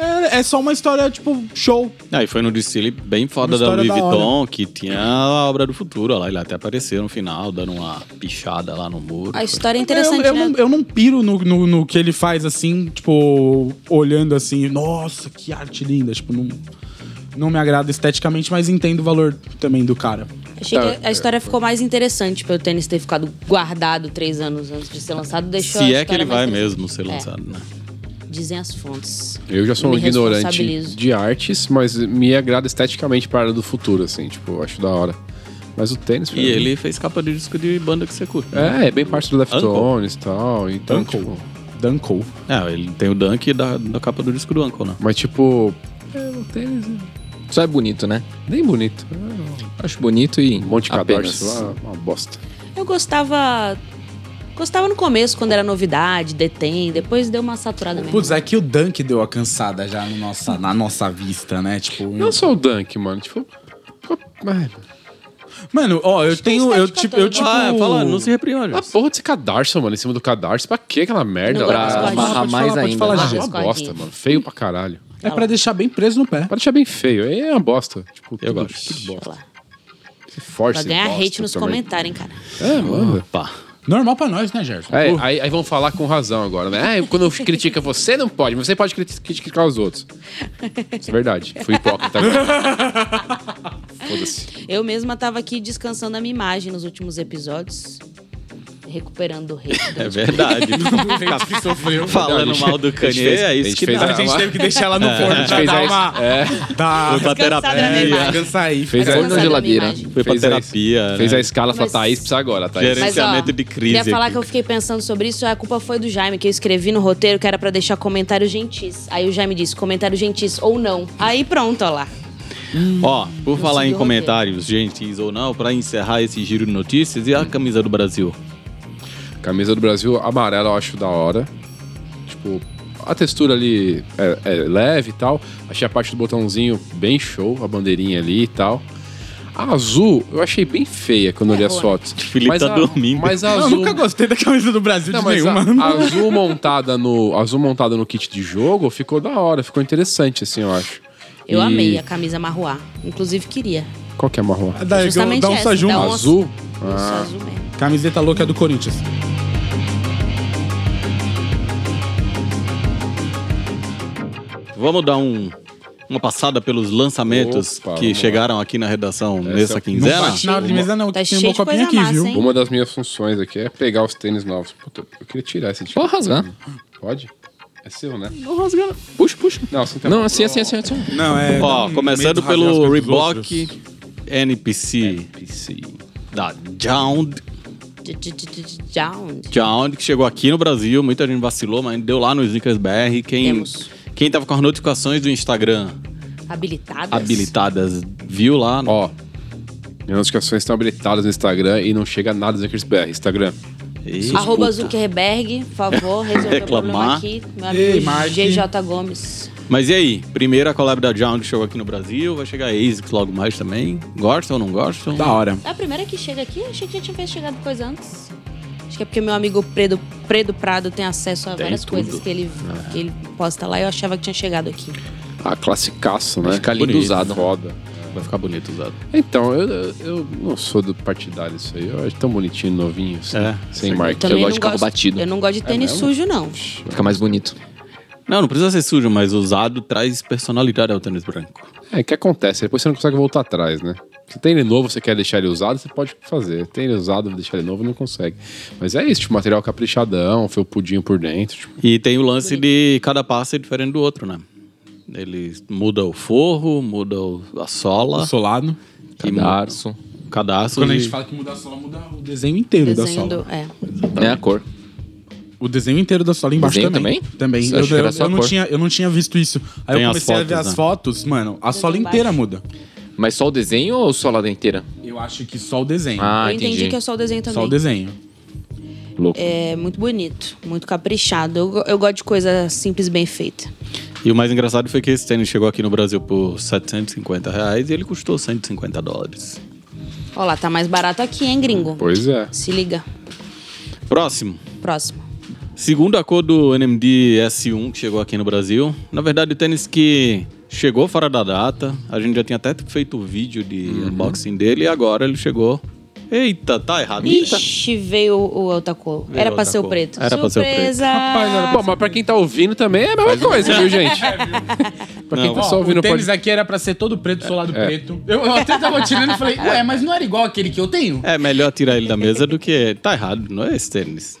Speaker 3: É, é só uma história, tipo, show.
Speaker 1: Aí foi no desfile bem foda
Speaker 3: Uma
Speaker 1: da
Speaker 3: história
Speaker 1: Louis
Speaker 3: da
Speaker 1: Vuitton, que tinha a obra do futuro lá. Ele até apareceu no final, dando uma pichada lá no muro.
Speaker 2: A história é interessante,
Speaker 3: eu, eu
Speaker 2: né?
Speaker 3: não, eu não piro no, no, no que ele faz assim, tipo, olhando assim, nossa, que arte linda. Tipo, não, não me agrada esteticamente, mas entendo o valor também do cara.
Speaker 2: Achei que
Speaker 1: Tá, é.
Speaker 2: a história ficou mais interessante pelo tênis ter ficado guardado três anos antes de ser lançado. Deixou
Speaker 1: Se
Speaker 2: a
Speaker 1: é que
Speaker 2: história
Speaker 1: ele vai
Speaker 2: mais é. interessante.
Speaker 1: mesmo ser lançado, né?
Speaker 2: Dizem as fontes.
Speaker 5: Eu já sou
Speaker 2: Não
Speaker 5: um
Speaker 2: me
Speaker 5: ignorante
Speaker 2: responsabilizo.
Speaker 5: de artes, mas me agrada esteticamente pra área do futuro, assim, tipo, eu acho da hora. Mas o tênis. pra
Speaker 1: E
Speaker 5: mim-
Speaker 1: ele fez capa de disco de banda que você curte.
Speaker 5: É, é bem parte do Deftones e tal. Então,
Speaker 3: Uncle.
Speaker 5: tipo,
Speaker 3: Dunkel.
Speaker 1: É, ele tem o Dunk da, da capa do disco do Uncle, né?
Speaker 5: mas tipo. É, o tênis.
Speaker 4: Só é bonito, né?
Speaker 5: é Nem bonito. É
Speaker 4: Acho bonito e.
Speaker 5: um monte de cadores
Speaker 4: apenas.
Speaker 5: lá, uma bosta.
Speaker 2: Eu gostava. Gostava no começo, quando era novidade, detém, depois deu uma saturada mesmo.
Speaker 3: Putz, é que o Dunk deu a cansada já no
Speaker 5: Ah,
Speaker 3: nossa, na nossa vista, né? Tipo.
Speaker 5: Não só o Dunk, mano. Tipo. Ai,
Speaker 3: Mano, ó, eu tenho. Eu
Speaker 2: estética
Speaker 3: tipo. Eu,
Speaker 2: toda.
Speaker 3: tipo
Speaker 1: Ah, fala, não se repreende.
Speaker 5: a porra desse cadarço, mano, em cima do cadarço. Pra que aquela merda?
Speaker 2: Não
Speaker 5: Ah, Pra
Speaker 2: gosto
Speaker 4: Pra
Speaker 2: Pode
Speaker 4: amarrar
Speaker 3: falar,
Speaker 4: mais
Speaker 3: pode
Speaker 4: ainda. né?
Speaker 3: falar,
Speaker 5: Ah,
Speaker 2: gente.
Speaker 5: é uma bosta, mano. Feio pra caralho.
Speaker 3: É pra deixar bem preso no pé.
Speaker 5: Pra deixar bem feio. É uma bosta. Tipo,
Speaker 1: Eu
Speaker 5: tudo-
Speaker 1: gosto.
Speaker 5: tudo bosta.
Speaker 2: Olha lá.
Speaker 5: Se força.
Speaker 2: Vai ganhar
Speaker 5: bosta
Speaker 2: hate nos
Speaker 5: também.
Speaker 2: comentários, hein, cara.
Speaker 5: É, mano.
Speaker 1: Opa.
Speaker 3: Normal pra nós, né, Gerson?
Speaker 5: É,
Speaker 1: Uh.
Speaker 5: aí, aí vão falar com razão agora, né? Ah, quando eu critica você, não pode, mas você pode criti- criticar os outros. Isso é verdade. Fui hipócrita agora. Foda-se.
Speaker 2: Eu mesma tava aqui descansando a minha imagem nos últimos episódios. Recuperando o rei.
Speaker 1: É verdade.
Speaker 3: gente que sofreu.
Speaker 1: Falando
Speaker 5: gente-
Speaker 1: mal do
Speaker 5: a gente
Speaker 1: Kanye,
Speaker 5: fez-
Speaker 1: é
Speaker 5: a
Speaker 1: isso
Speaker 5: gente
Speaker 1: que
Speaker 5: fez
Speaker 1: dá.
Speaker 3: A gente teve que deixar ela no
Speaker 5: É, A
Speaker 3: forno.
Speaker 5: gente
Speaker 3: Já
Speaker 5: fez
Speaker 3: dá
Speaker 5: a-
Speaker 3: uma.
Speaker 5: é,
Speaker 3: Dá.
Speaker 1: Foi pra
Speaker 2: na
Speaker 3: né,
Speaker 2: minha
Speaker 1: terapia.
Speaker 2: imagem.
Speaker 3: Descansa aí.
Speaker 5: fez
Speaker 2: Tá
Speaker 5: a,
Speaker 2: descansada a geladeira. minha imagem.
Speaker 1: Foi pra
Speaker 5: Fez a-
Speaker 1: terapia.
Speaker 5: fez
Speaker 1: né?
Speaker 5: a escala e falou:
Speaker 2: Mas-
Speaker 5: Thaís, precisa agora, Thaís.
Speaker 1: Gerente- Gerenciamento de crise
Speaker 2: Queria falar
Speaker 1: aqui.
Speaker 2: que eu fiquei pensando sobre isso. A culpa foi do Jaime, que eu escrevi no roteiro que era pra deixar comentários gentis. Aí o Jaime disse, comentários gentis ou não. Aí pronto, ó lá.
Speaker 1: Ó, por falar em
Speaker 2: seguiu o roteiro.
Speaker 1: comentários, gentis ou não, pra encerrar esse giro de notícias, e a camisa do Brasil?
Speaker 5: Camisa do Brasil amarela eu acho da hora. Tipo, a textura ali é, é leve e tal. Achei a parte do botãozinho bem show, a bandeirinha ali e tal. A azul eu achei bem feia quando eu
Speaker 2: É
Speaker 5: olhei as
Speaker 2: né?
Speaker 5: fotos.
Speaker 1: Felipe tá
Speaker 5: a,
Speaker 1: dormindo.
Speaker 5: Mas a
Speaker 3: Eu
Speaker 5: azul.
Speaker 3: nunca gostei da camisa do Brasil
Speaker 5: Não,
Speaker 3: de
Speaker 5: mas a,
Speaker 3: nenhuma.
Speaker 5: a azul montada no a azul montada no kit de jogo ficou da hora, ficou interessante assim, eu acho.
Speaker 2: Eu
Speaker 5: E-
Speaker 2: amei a camisa marroá. Inclusive queria.
Speaker 5: Qual que é a marrom?
Speaker 3: Da,
Speaker 2: justamente
Speaker 3: dá um
Speaker 2: essa,
Speaker 3: sajum.
Speaker 2: dá um-
Speaker 5: Azul?
Speaker 2: Eu sou azul mesmo.
Speaker 3: Camiseta louca do Corinthians.
Speaker 1: Vamos dar um- uma passada pelos lançamentos
Speaker 5: Opa,
Speaker 1: que
Speaker 5: vamos
Speaker 1: chegaram aqui na redação nessa
Speaker 3: Não
Speaker 1: quinzena.
Speaker 3: bate nada de mesa, não.
Speaker 2: Tá
Speaker 3: que tem um
Speaker 2: cheio
Speaker 3: bom
Speaker 2: de
Speaker 3: copinho
Speaker 2: coisa
Speaker 3: aqui,
Speaker 2: massa,
Speaker 3: viu?
Speaker 2: hein?
Speaker 5: Uma das minhas funções aqui é pegar os tênis novos. Puta, eu queria tirar esse tipo.
Speaker 4: Pode rasgar.
Speaker 5: Pode? É seu, né?
Speaker 4: Puxa, puxa.
Speaker 5: Não, assim tá
Speaker 4: Não,
Speaker 5: bom.
Speaker 4: assim, assim, assim, assim.
Speaker 3: Não, é. dá
Speaker 1: Ó,
Speaker 3: um medo
Speaker 1: começando
Speaker 3: de rasgar as
Speaker 1: pelo
Speaker 3: coisas dos
Speaker 1: Reebok
Speaker 3: outros.
Speaker 1: NPC
Speaker 5: PC.
Speaker 1: da Jound,
Speaker 2: J- j- j- j- Jound.
Speaker 1: Jound, que chegou aqui no Brasil. Muita gente vacilou, mas deu lá no Sneakers BR. Quem,
Speaker 2: Temos.
Speaker 1: quem tava com as notificações do Instagram
Speaker 2: Habilitadas.
Speaker 1: habilitadas, viu lá?
Speaker 5: Ó, minhas notificações estão habilitadas no Instagram e não chega nada do Zekers BR. Instagram.
Speaker 1: E-
Speaker 2: Arroba
Speaker 1: Puta.
Speaker 2: Zuckerberg, por favor, resolver o
Speaker 1: Reclamar.
Speaker 2: problema aqui. Meu
Speaker 3: Ei,
Speaker 2: amigo
Speaker 3: Mark.
Speaker 2: GJ Gomes.
Speaker 1: Mas e aí? Primeira collab da Jound chegou aqui no Brasil. Vai chegar a ASICS logo mais também. Gostam ou não gostam?
Speaker 3: Da hora.
Speaker 2: É a primeira que chega aqui? Achei que já tinha chegado coisa antes. Acho que é porque meu amigo Predo, Predo Prado tem acesso a
Speaker 1: Tem
Speaker 2: várias coisas
Speaker 1: tudo.
Speaker 2: que ele, que ele posta lá. Eu achava que tinha chegado aqui.
Speaker 5: Ah, classicaço, né?
Speaker 4: Vai ficar é lindo
Speaker 5: Bonito.
Speaker 4: usado.
Speaker 5: Foda.
Speaker 1: Vai ficar bonito usado.
Speaker 5: Então, eu, eu- eu não sou do partidário disso aí. Eu acho tão bonitinho, novinho, assim,
Speaker 1: É.
Speaker 5: sem marca.
Speaker 4: Também. gosto de carro batido.
Speaker 2: Eu não gosto de tênis
Speaker 5: mesmo?
Speaker 2: sujo, não.
Speaker 4: Fica mais bonito.
Speaker 1: Não, não precisa ser sujo, mas usado traz personalidade ao tênis branco.
Speaker 5: É, o que acontece? Depois você não consegue voltar atrás, né? Se tem ele novo, você quer deixar ele usado, você pode fazer. Tem ele usado, deixar ele novo, não consegue. Mas é isso, tipo, material caprichadão, felpudinho por dentro. Tipo,
Speaker 1: E tem o lance de cada passo é diferente do outro, né? Ele muda o forro, muda o- a sola,
Speaker 3: Solado.
Speaker 1: que mu-
Speaker 4: Cadarço.
Speaker 1: cadastro.
Speaker 3: Quando a
Speaker 1: e-
Speaker 3: gente fala que muda a sola, muda o desenho inteiro da
Speaker 2: Desenho
Speaker 3: sola.
Speaker 2: do, é.
Speaker 4: Né, a cor.
Speaker 3: O desenho inteiro da sola embaixo
Speaker 4: Desenho
Speaker 3: também.
Speaker 4: também?
Speaker 3: Também.
Speaker 4: Você
Speaker 3: Eu,
Speaker 4: acha que era
Speaker 3: eu-
Speaker 4: só a
Speaker 3: eu não
Speaker 4: cor?
Speaker 3: tinha, eu não tinha visto isso. Aí
Speaker 1: Tem
Speaker 3: eu
Speaker 1: as
Speaker 3: comecei a ver
Speaker 1: fotos,
Speaker 3: as
Speaker 1: né?
Speaker 3: fotos, mano, a sola
Speaker 2: embaixo.
Speaker 3: inteira muda.
Speaker 4: Mas só o desenho ou só a lada inteira?
Speaker 3: Eu acho que só o desenho.
Speaker 4: Ah,
Speaker 2: eu entendi.
Speaker 4: entendi.
Speaker 2: que é só o desenho também.
Speaker 3: Só o desenho.
Speaker 4: Louco.
Speaker 2: É muito bonito, muito caprichado. Eu, go- eu gosto de coisa simples, bem feita.
Speaker 1: E o mais engraçado foi que esse tênis chegou aqui no Brasil por 750 reais e ele custou 150 dólares.
Speaker 2: Ó lá, tá mais barato aqui, hein, gringo?
Speaker 5: pois é.
Speaker 2: Se liga.
Speaker 1: Próximo.
Speaker 2: Próximo.
Speaker 1: Segunda cor do NMD S1 que chegou aqui no Brasil. Na verdade, o tênis que chegou fora da data. A gente já tinha até feito o vídeo de unboxing dele e agora ele chegou. Eita, tá errado.
Speaker 2: Ixi, veio o outra cor.
Speaker 1: Veio
Speaker 2: era pra
Speaker 1: outra
Speaker 2: ser o
Speaker 1: cor.
Speaker 2: preto.
Speaker 1: Era pra ser o preto.
Speaker 2: Surpresa!
Speaker 5: Bom, mas pra quem tá ouvindo também é a mesma coisa, viu, gente? pra quem
Speaker 1: Não.
Speaker 5: tá
Speaker 3: Ó,
Speaker 5: só ouvindo
Speaker 3: o tênis
Speaker 5: pode...
Speaker 3: aqui era pra ser todo preto, solado preto. Eu, eu até tava tirando e falei, ué, mas não era igual aquele que eu tenho?
Speaker 1: É melhor tirar ele da mesa do que. Tá errado, não é esse tênis.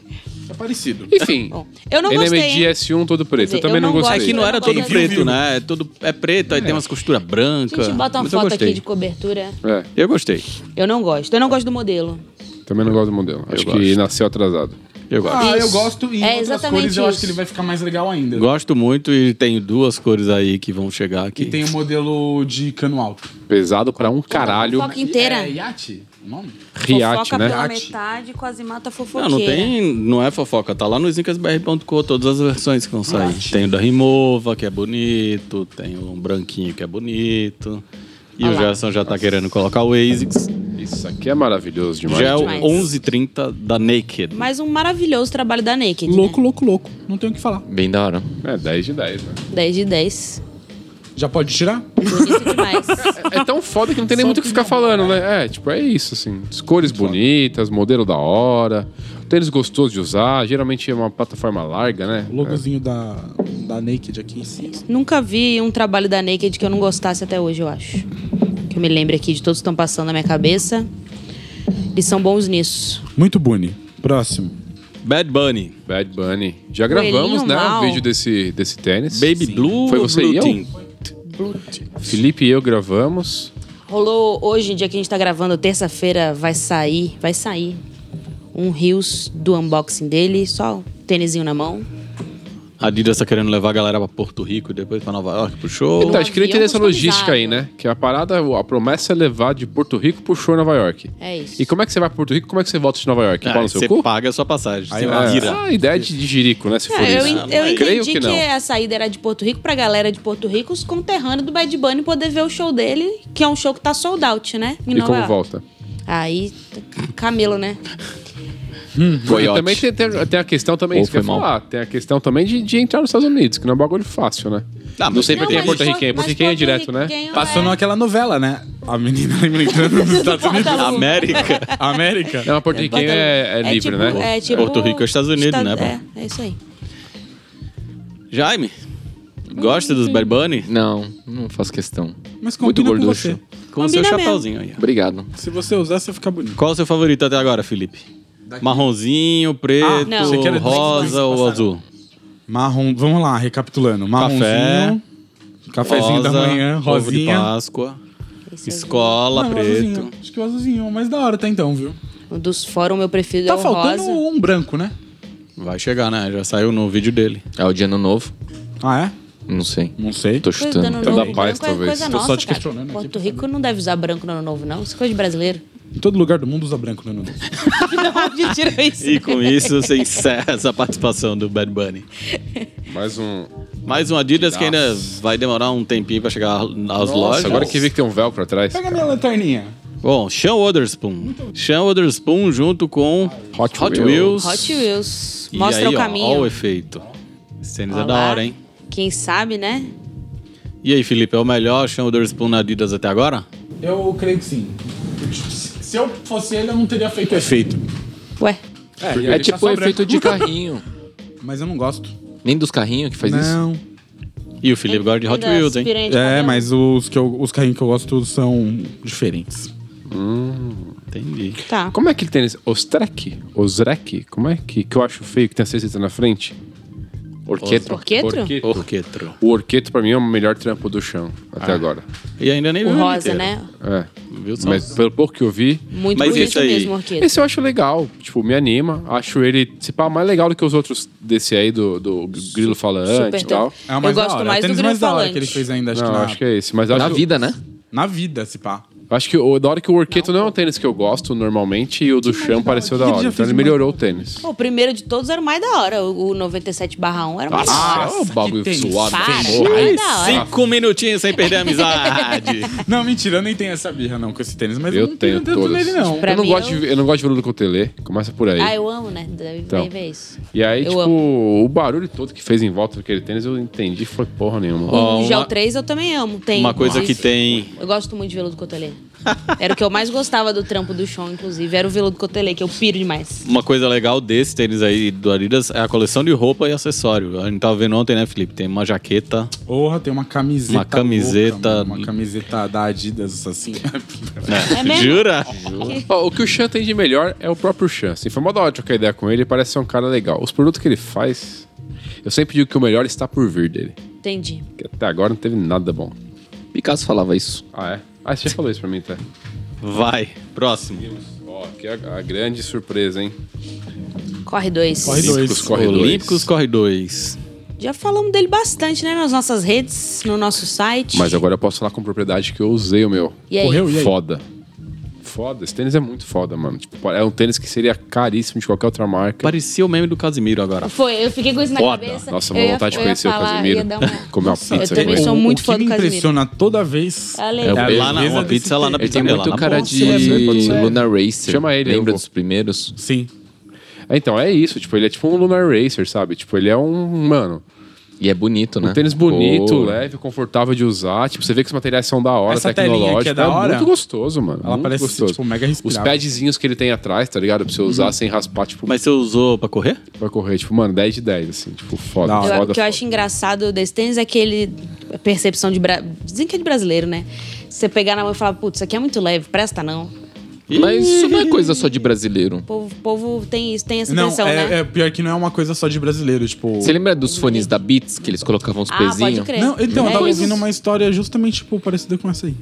Speaker 3: É parecido.
Speaker 5: Enfim,
Speaker 2: Bom, eu não
Speaker 1: é
Speaker 5: NMD
Speaker 2: gostei. hein?
Speaker 5: S1 todo preto.
Speaker 2: Quer dizer,
Speaker 5: Eu também
Speaker 2: eu
Speaker 5: não
Speaker 2: não
Speaker 5: gostei.
Speaker 2: gosto.
Speaker 1: Aqui É não era
Speaker 2: Quem
Speaker 1: todo
Speaker 2: viu,
Speaker 1: preto,
Speaker 3: viu.
Speaker 1: né? É, todo, é preto, aí tem umas costuras brancas.
Speaker 2: A gente bota uma
Speaker 1: Mas eu
Speaker 2: foto
Speaker 1: gostei.
Speaker 2: aqui de cobertura.
Speaker 5: É,
Speaker 1: Eu gostei.
Speaker 2: Eu não gosto. Eu não gosto do modelo.
Speaker 5: também não gosto do modelo. Acho que
Speaker 1: gosto.
Speaker 5: nasceu atrasado.
Speaker 1: Eu gosto.
Speaker 3: Ah, eu
Speaker 2: Isso.
Speaker 3: gosto e
Speaker 2: É
Speaker 3: em outras
Speaker 2: exatamente
Speaker 3: cores eu acho
Speaker 2: isso.
Speaker 3: que ele vai ficar mais legal ainda.
Speaker 1: Gosto muito e tem duas cores aí que vão chegar aqui.
Speaker 3: E tem o modelo de cano alto.
Speaker 5: Pesado pra um caralho.
Speaker 2: Fofoca inteira.
Speaker 3: É Yacht? O nome?
Speaker 5: Riate,
Speaker 2: Fofoca
Speaker 5: né?
Speaker 2: pela
Speaker 5: Riate.
Speaker 2: metade, quase mata a
Speaker 5: um
Speaker 2: fofoqueira.
Speaker 1: Não, não tem. Não é fofoca. Tá lá no zincasbr.com todas as versões
Speaker 5: Ah,
Speaker 1: que vão sair. Tem o da Rimova, que é bonito. Tem um branquinho que é bonito. E
Speaker 2: Olha
Speaker 1: o
Speaker 2: lá.
Speaker 1: Gerson já tá querendo colocar o ASICS.
Speaker 5: Isso aqui é maravilhoso demais.
Speaker 1: Gel
Speaker 2: demais.
Speaker 1: 1130 da Naked.
Speaker 2: Mas um maravilhoso trabalho da Naked.
Speaker 3: Louco, louco, louco. Não tenho o que falar.
Speaker 4: Bem da hora.
Speaker 5: É 10 de 10, né?
Speaker 2: Né? 10 de 10.
Speaker 3: Já pode tirar?
Speaker 2: Bonito demais.
Speaker 5: É tão foda que não tem nem muito o que ficar falando, né? É, tipo, é isso, assim. As cores bonitas, modelo da hora, tênis gostoso de usar, geralmente é uma plataforma larga, né?
Speaker 3: O logozinho da, da Naked aqui em cima.
Speaker 2: Nunca vi um trabalho da Naked que eu não gostasse até hoje, eu acho. Que eu me lembro aqui de todos que estão passando na minha cabeça. Eles são bons nisso.
Speaker 3: Muito Buni. Próximo.
Speaker 1: Bad Bunny.
Speaker 5: Bad Bunny. Já
Speaker 2: Coelhinho
Speaker 5: gravamos, né,
Speaker 2: mal.
Speaker 5: um vídeo desse, desse tênis.
Speaker 1: Baby Blue.
Speaker 5: Foi você
Speaker 1: Blue
Speaker 5: e eu?
Speaker 1: Team.
Speaker 5: Felipe e eu gravamos.
Speaker 2: Rolou hoje, dia que a gente tá gravando, terça-feira, vai sair, vai sair um Rios do unboxing dele, só o tênisinho na mão.
Speaker 1: A Adidas tá querendo levar a galera pra Porto Rico e depois pra Nova York pro show.
Speaker 5: Então, acho que não
Speaker 2: avião
Speaker 5: entender essa logística aí, né?
Speaker 2: customizado.
Speaker 5: Que a parada, a promessa é levar de Porto Rico pro show em Nova York.
Speaker 2: É isso.
Speaker 5: E como é que você vai pra Porto Rico? Como é que você volta de Nova York?
Speaker 1: Ah,
Speaker 5: Pau no seu
Speaker 1: você
Speaker 5: cu?
Speaker 1: paga a sua passagem. Você
Speaker 5: É,
Speaker 1: vira.
Speaker 5: essa é a ideia de, de jirico, né? Se for
Speaker 2: É, eu,
Speaker 5: isso.
Speaker 2: en- eu
Speaker 1: não é.
Speaker 2: entendi
Speaker 5: Creio que
Speaker 2: que,
Speaker 5: não.
Speaker 2: a saída era de Porto Rico pra galera de Porto Rico, os conterrâneos do Bad Bunny poder ver o show dele, que é um show que tá sold out, né? Em
Speaker 5: E
Speaker 2: Nova
Speaker 5: como
Speaker 2: York.
Speaker 5: volta?
Speaker 2: Aí, camelo, né?
Speaker 5: Porque
Speaker 4: Coiote.
Speaker 5: Ah, também tem, tem- tem a questão também,
Speaker 4: Ou
Speaker 5: isso que eu ia
Speaker 4: foi mal.
Speaker 5: falar, tem a questão também de, de entrar nos Estados Unidos, que não é um bagulho fácil, né?
Speaker 1: Ah,
Speaker 4: Não sei
Speaker 1: mas-
Speaker 4: porque é
Speaker 2: mas
Speaker 5: porto-riquenho.
Speaker 2: mas
Speaker 5: Porto-riquenho é direto, né?
Speaker 2: porto-riquenho
Speaker 3: Passou
Speaker 2: é-
Speaker 3: naquela novela, né? A menina lembrando dos Estados
Speaker 2: Porta
Speaker 3: Unidos.
Speaker 2: Luva.
Speaker 1: América.
Speaker 3: América.
Speaker 5: Não, Porto Riquenho é, é
Speaker 2: É
Speaker 5: livre,
Speaker 2: tipo-
Speaker 5: né?
Speaker 2: É tipo...
Speaker 1: Porto Rico é Estados Unidos,
Speaker 2: Esta-
Speaker 1: né, pô?
Speaker 2: É, é isso aí.
Speaker 1: Jaime, gosta dos Bad Bunny?
Speaker 4: Não, não faço questão.
Speaker 3: Mas
Speaker 4: Muito
Speaker 3: combina com
Speaker 4: gorducho.
Speaker 3: você.
Speaker 1: Com o seu
Speaker 2: Combina mesmo.
Speaker 1: chapéuzinho aí. ó.
Speaker 4: Obrigado.
Speaker 3: Se você usar, você fica bonito.
Speaker 1: Qual o seu favorito até agora, Felipe? Marronzinho,
Speaker 3: Ah,
Speaker 1: preto,
Speaker 2: não. Você
Speaker 3: quer-
Speaker 1: rosa ou
Speaker 3: Passaram.
Speaker 1: azul?
Speaker 3: Marrom, vamos lá, recapitulando. Marronzinho, cafezinho da
Speaker 1: Rosa,
Speaker 3: manhã,
Speaker 1: ovo de
Speaker 3: rosinha.
Speaker 1: Páscoa,
Speaker 2: É isso aí.
Speaker 1: escola,
Speaker 3: Não,
Speaker 1: preto.
Speaker 3: azulzinho. Acho que o azulzinho é o mais da hora até então, viu?
Speaker 2: Um dos fóruns, meu preferido
Speaker 3: Tá
Speaker 2: é o
Speaker 3: faltando
Speaker 2: rosa.
Speaker 3: um branco, né?
Speaker 1: Vai chegar, né? Já saiu no vídeo dele.
Speaker 4: É o de ano novo?
Speaker 3: Ah, é?
Speaker 4: Não sei.
Speaker 3: Não sei.
Speaker 4: Tô
Speaker 2: Coisa do
Speaker 4: chutando.
Speaker 2: ano
Speaker 5: Tá da
Speaker 2: novo,
Speaker 5: paz,
Speaker 2: branco é
Speaker 5: talvez.
Speaker 2: Coisa
Speaker 5: Tô
Speaker 2: nossa,
Speaker 3: só né? te
Speaker 2: cara.
Speaker 3: questionando aqui,
Speaker 2: Porto Rico não deve usar branco no ano novo, não. Isso é coisa de brasileiro.
Speaker 3: Em todo lugar do mundo usa branco, né? Nuno?
Speaker 2: Onde tirou isso?
Speaker 1: E com isso você encerra essa participação do Bad Bunny.
Speaker 2: é
Speaker 5: Mais um.
Speaker 1: Mais um Adidas que ainda vai demorar um tempinho pra chegar aos lojas.
Speaker 5: Nossa, agora que vi que tem um velcro atrás.
Speaker 3: Pega minha lanterninha.
Speaker 1: Bom, Sean Wotherspoon. Sean Wotherspoon junto com
Speaker 5: Hot
Speaker 1: Hot, Wheels.
Speaker 5: Wheels.
Speaker 2: Hot Wheels.
Speaker 1: E
Speaker 2: Mostra
Speaker 1: aí,
Speaker 2: o
Speaker 1: ó,
Speaker 2: caminho.
Speaker 1: Ó, o efeito. Esse tênis é da
Speaker 2: Olá.
Speaker 1: hora, hein?
Speaker 2: Quem sabe, né?
Speaker 1: E aí, Felipe, é o melhor Sean Wotherspoon na Adidas até agora?
Speaker 3: Eu creio que sim. Se eu fosse ele, eu não teria feito efeito.
Speaker 2: Ué.
Speaker 3: É,
Speaker 4: É tipo o efeito de carrinho.
Speaker 3: Mas eu não gosto.
Speaker 4: Nem dos carrinhos que faz isso.
Speaker 3: Não.
Speaker 1: E o Felipe gosta de Hot
Speaker 2: Ainda
Speaker 1: Wheels, hein?
Speaker 2: aspirante
Speaker 3: É,
Speaker 2: cabelo.
Speaker 3: mas os, que eu, os carrinhos que eu gosto são diferentes.
Speaker 1: Entendi.
Speaker 2: Tá.
Speaker 5: Como é aquele tênis? Ostrek? Ozrek? Como é que, que eu acho feio que tem a cesta na frente? Orquetro.
Speaker 2: Orquetro?
Speaker 1: Orquetro.
Speaker 5: O orqueto pra mim é o melhor trampo do chão
Speaker 3: Ah.
Speaker 5: até agora.
Speaker 1: E ainda nem
Speaker 2: O
Speaker 1: viu ele
Speaker 2: rosa,
Speaker 1: inteiro.
Speaker 2: né?
Speaker 5: É.
Speaker 1: Viu só?
Speaker 5: Mas pelo pouco que eu vi,
Speaker 2: Muito
Speaker 1: Mas
Speaker 2: bonito
Speaker 1: esse aí-
Speaker 2: mesmo, Orquetro.
Speaker 5: esse eu acho legal. Tipo, me anima. Acho ele, se pá, mais legal do que os outros desse aí, do, do Grilo Falante
Speaker 2: Super
Speaker 5: e tal.
Speaker 2: top.
Speaker 3: É o
Speaker 2: Eu
Speaker 3: mais da
Speaker 2: gosto
Speaker 3: hora.
Speaker 2: mais
Speaker 3: é o
Speaker 2: do
Speaker 3: tênis
Speaker 2: Grilo
Speaker 3: mais da hora
Speaker 2: Falante.
Speaker 3: que ele fez ainda, acho
Speaker 5: Não,
Speaker 3: que na,
Speaker 5: acho que é esse. Mas acho
Speaker 4: Na
Speaker 5: que-
Speaker 4: vida, né?
Speaker 3: na vida, se pá.
Speaker 5: Acho que o, da hora que o Orqueto não é um tênis que eu gosto normalmente e o do chão pareceu da
Speaker 3: Ele
Speaker 5: hora.
Speaker 3: já
Speaker 5: Então
Speaker 3: fez
Speaker 5: ele
Speaker 3: mais-
Speaker 5: melhorou o tênis.
Speaker 2: Pô, O primeiro de todos era o mais da hora. O o 97 barra 1 era o mais da hora.
Speaker 5: Nossa, é um
Speaker 3: que
Speaker 5: bagulho
Speaker 3: tênis
Speaker 5: suado.
Speaker 2: Para,
Speaker 5: feio.
Speaker 2: que
Speaker 5: Ai,
Speaker 2: Ah, é da hora.
Speaker 1: Cinco minutinhos sem perder a amizade.
Speaker 3: Não, mentira, eu nem tenho essa birra não com esse tênis, mas eu,
Speaker 5: Eu
Speaker 3: não tenho
Speaker 5: tenho
Speaker 3: tanto
Speaker 5: todas.
Speaker 3: nele não.
Speaker 2: Pra
Speaker 5: eu, não
Speaker 2: mim,
Speaker 5: gosto
Speaker 2: eu-
Speaker 5: de, eu não gosto de veludo cotelê. Começa por aí.
Speaker 2: Ah, eu amo, né? Deve
Speaker 5: Então.
Speaker 2: ver isso.
Speaker 5: E aí,
Speaker 2: Eu
Speaker 5: tipo,
Speaker 2: amo.
Speaker 5: o barulho todo que fez em volta daquele tênis, eu entendi, foi porra nenhuma.
Speaker 1: Ó,
Speaker 2: o Gel
Speaker 1: uma-
Speaker 2: 3 eu também amo. Tem,
Speaker 1: Uma coisa que
Speaker 2: inclusive.
Speaker 1: tem.
Speaker 2: Eu gosto muito de veludo cotelê. Era o que eu mais gostava do trampo do chão, inclusive. Era o veludo cotelê, que eu piro demais.
Speaker 1: Uma coisa legal desse tênis aí do Adidas é a coleção de roupa e acessório. A gente tava vendo ontem, né, Felipe? Tem uma jaqueta.
Speaker 3: Porra, tem uma camiseta.
Speaker 1: Uma camiseta-
Speaker 3: louca, mano, uma camiseta da Adidas, assim.
Speaker 2: É mesmo?
Speaker 1: Jura?
Speaker 5: Ó, o que o Chan tem de melhor é o próprio Chan. Assim, foi mó da hora trocar ideia com ele, ele parece ser um cara legal. Os produtos que ele faz, eu sempre digo que o melhor está por vir dele.
Speaker 2: Entendi.
Speaker 5: Que até agora não teve nada bom.
Speaker 4: Picasso falava isso.
Speaker 5: Ah, é? Ah, você já falou isso pra mim, tá?
Speaker 1: Vai. Próximo.
Speaker 5: Ó, aqui é a, a grande surpresa, hein?
Speaker 2: Corre 2.
Speaker 3: Corre dois.
Speaker 5: Olímpicos Corre dois.
Speaker 1: Olímpicos Corre 2.
Speaker 2: Já falamos dele bastante, né? Nas nossas redes, no nosso site.
Speaker 5: Mas agora eu posso falar com propriedade que eu usei o meu.
Speaker 2: E aí?
Speaker 3: Correu, e aí?
Speaker 5: Foda. Foda. Esse tênis é muito foda, mano. Tipo, é um tênis que seria caríssimo de qualquer outra marca.
Speaker 1: Parecia o meme do Casimiro agora.
Speaker 2: Foi, eu fiquei com isso na
Speaker 1: Foda.
Speaker 2: cabeça.
Speaker 5: Nossa,
Speaker 2: Eu
Speaker 5: uma
Speaker 2: ia-
Speaker 5: vontade de
Speaker 2: eu ia
Speaker 5: conhecer o
Speaker 2: falar,
Speaker 5: Casimiro.
Speaker 2: ia dar uma-
Speaker 5: Comer uma pizza
Speaker 2: também
Speaker 5: com ele.
Speaker 2: sou muito
Speaker 3: o
Speaker 2: fã
Speaker 3: que
Speaker 2: do
Speaker 3: me
Speaker 2: Casimiro.
Speaker 3: impressiona toda vez.
Speaker 2: A leveza.
Speaker 5: É o
Speaker 1: Lá na uma
Speaker 3: Beleza
Speaker 1: pizza, lá na
Speaker 3: desse
Speaker 1: pizza.
Speaker 4: Ele tem
Speaker 1: lá
Speaker 4: muito
Speaker 1: na
Speaker 4: cara
Speaker 1: ponta.
Speaker 4: de
Speaker 3: pode ser, pode ser.
Speaker 4: Luna Racer.
Speaker 5: Chama ele, eu
Speaker 4: Lembra
Speaker 5: vou.
Speaker 4: dos primeiros?
Speaker 3: Sim.
Speaker 5: É, Então, é isso. Tipo, ele é tipo um Lunar Racer, sabe? Tipo, ele é um, mano,
Speaker 4: E é bonito,
Speaker 2: Ah,
Speaker 4: né?
Speaker 5: um tênis bonito,
Speaker 4: Cor.
Speaker 5: leve, confortável de usar. Tipo, você vê que os materiais são da hora,
Speaker 3: Essa telinha
Speaker 5: tecnológico.
Speaker 3: aqui é da hora?
Speaker 5: muito gostoso, mano.
Speaker 3: Ela
Speaker 5: muito
Speaker 3: parece,
Speaker 5: gostoso.
Speaker 3: tipo, mega
Speaker 5: Os
Speaker 3: respirável. Uhum.
Speaker 5: padzinhos que ele tem atrás, tá ligado? Pra você usar sem raspar, tipo,
Speaker 1: Mas você usou pra correr?
Speaker 5: pra correr. Tipo, mano, 10 de 10, assim. Tipo, foda,
Speaker 3: Da
Speaker 5: foda,
Speaker 2: Eu-
Speaker 5: foda.
Speaker 2: o que eu acho engraçado desse tênis é aquele a percepção de. Bra... Dizem que é de brasileiro, né? Você pegar na mão e falar, putz, isso aqui é muito leve, presta não. O
Speaker 4: Mas isso não é coisa só de brasileiro.
Speaker 2: povo, o povo tem isso, tem essa
Speaker 3: Não,
Speaker 2: impressão,
Speaker 3: é,
Speaker 2: né?
Speaker 3: é pior que não é uma coisa só de brasileiro, tipo...
Speaker 4: Você lembra dos fones da Beats, que eles colocavam os
Speaker 2: Ah, pode
Speaker 4: pezinhos?
Speaker 2: crer.
Speaker 3: Não, então,
Speaker 2: É
Speaker 3: eu tava
Speaker 2: isso.
Speaker 3: ouvindo uma história justamente, tipo, parecida com essa aí.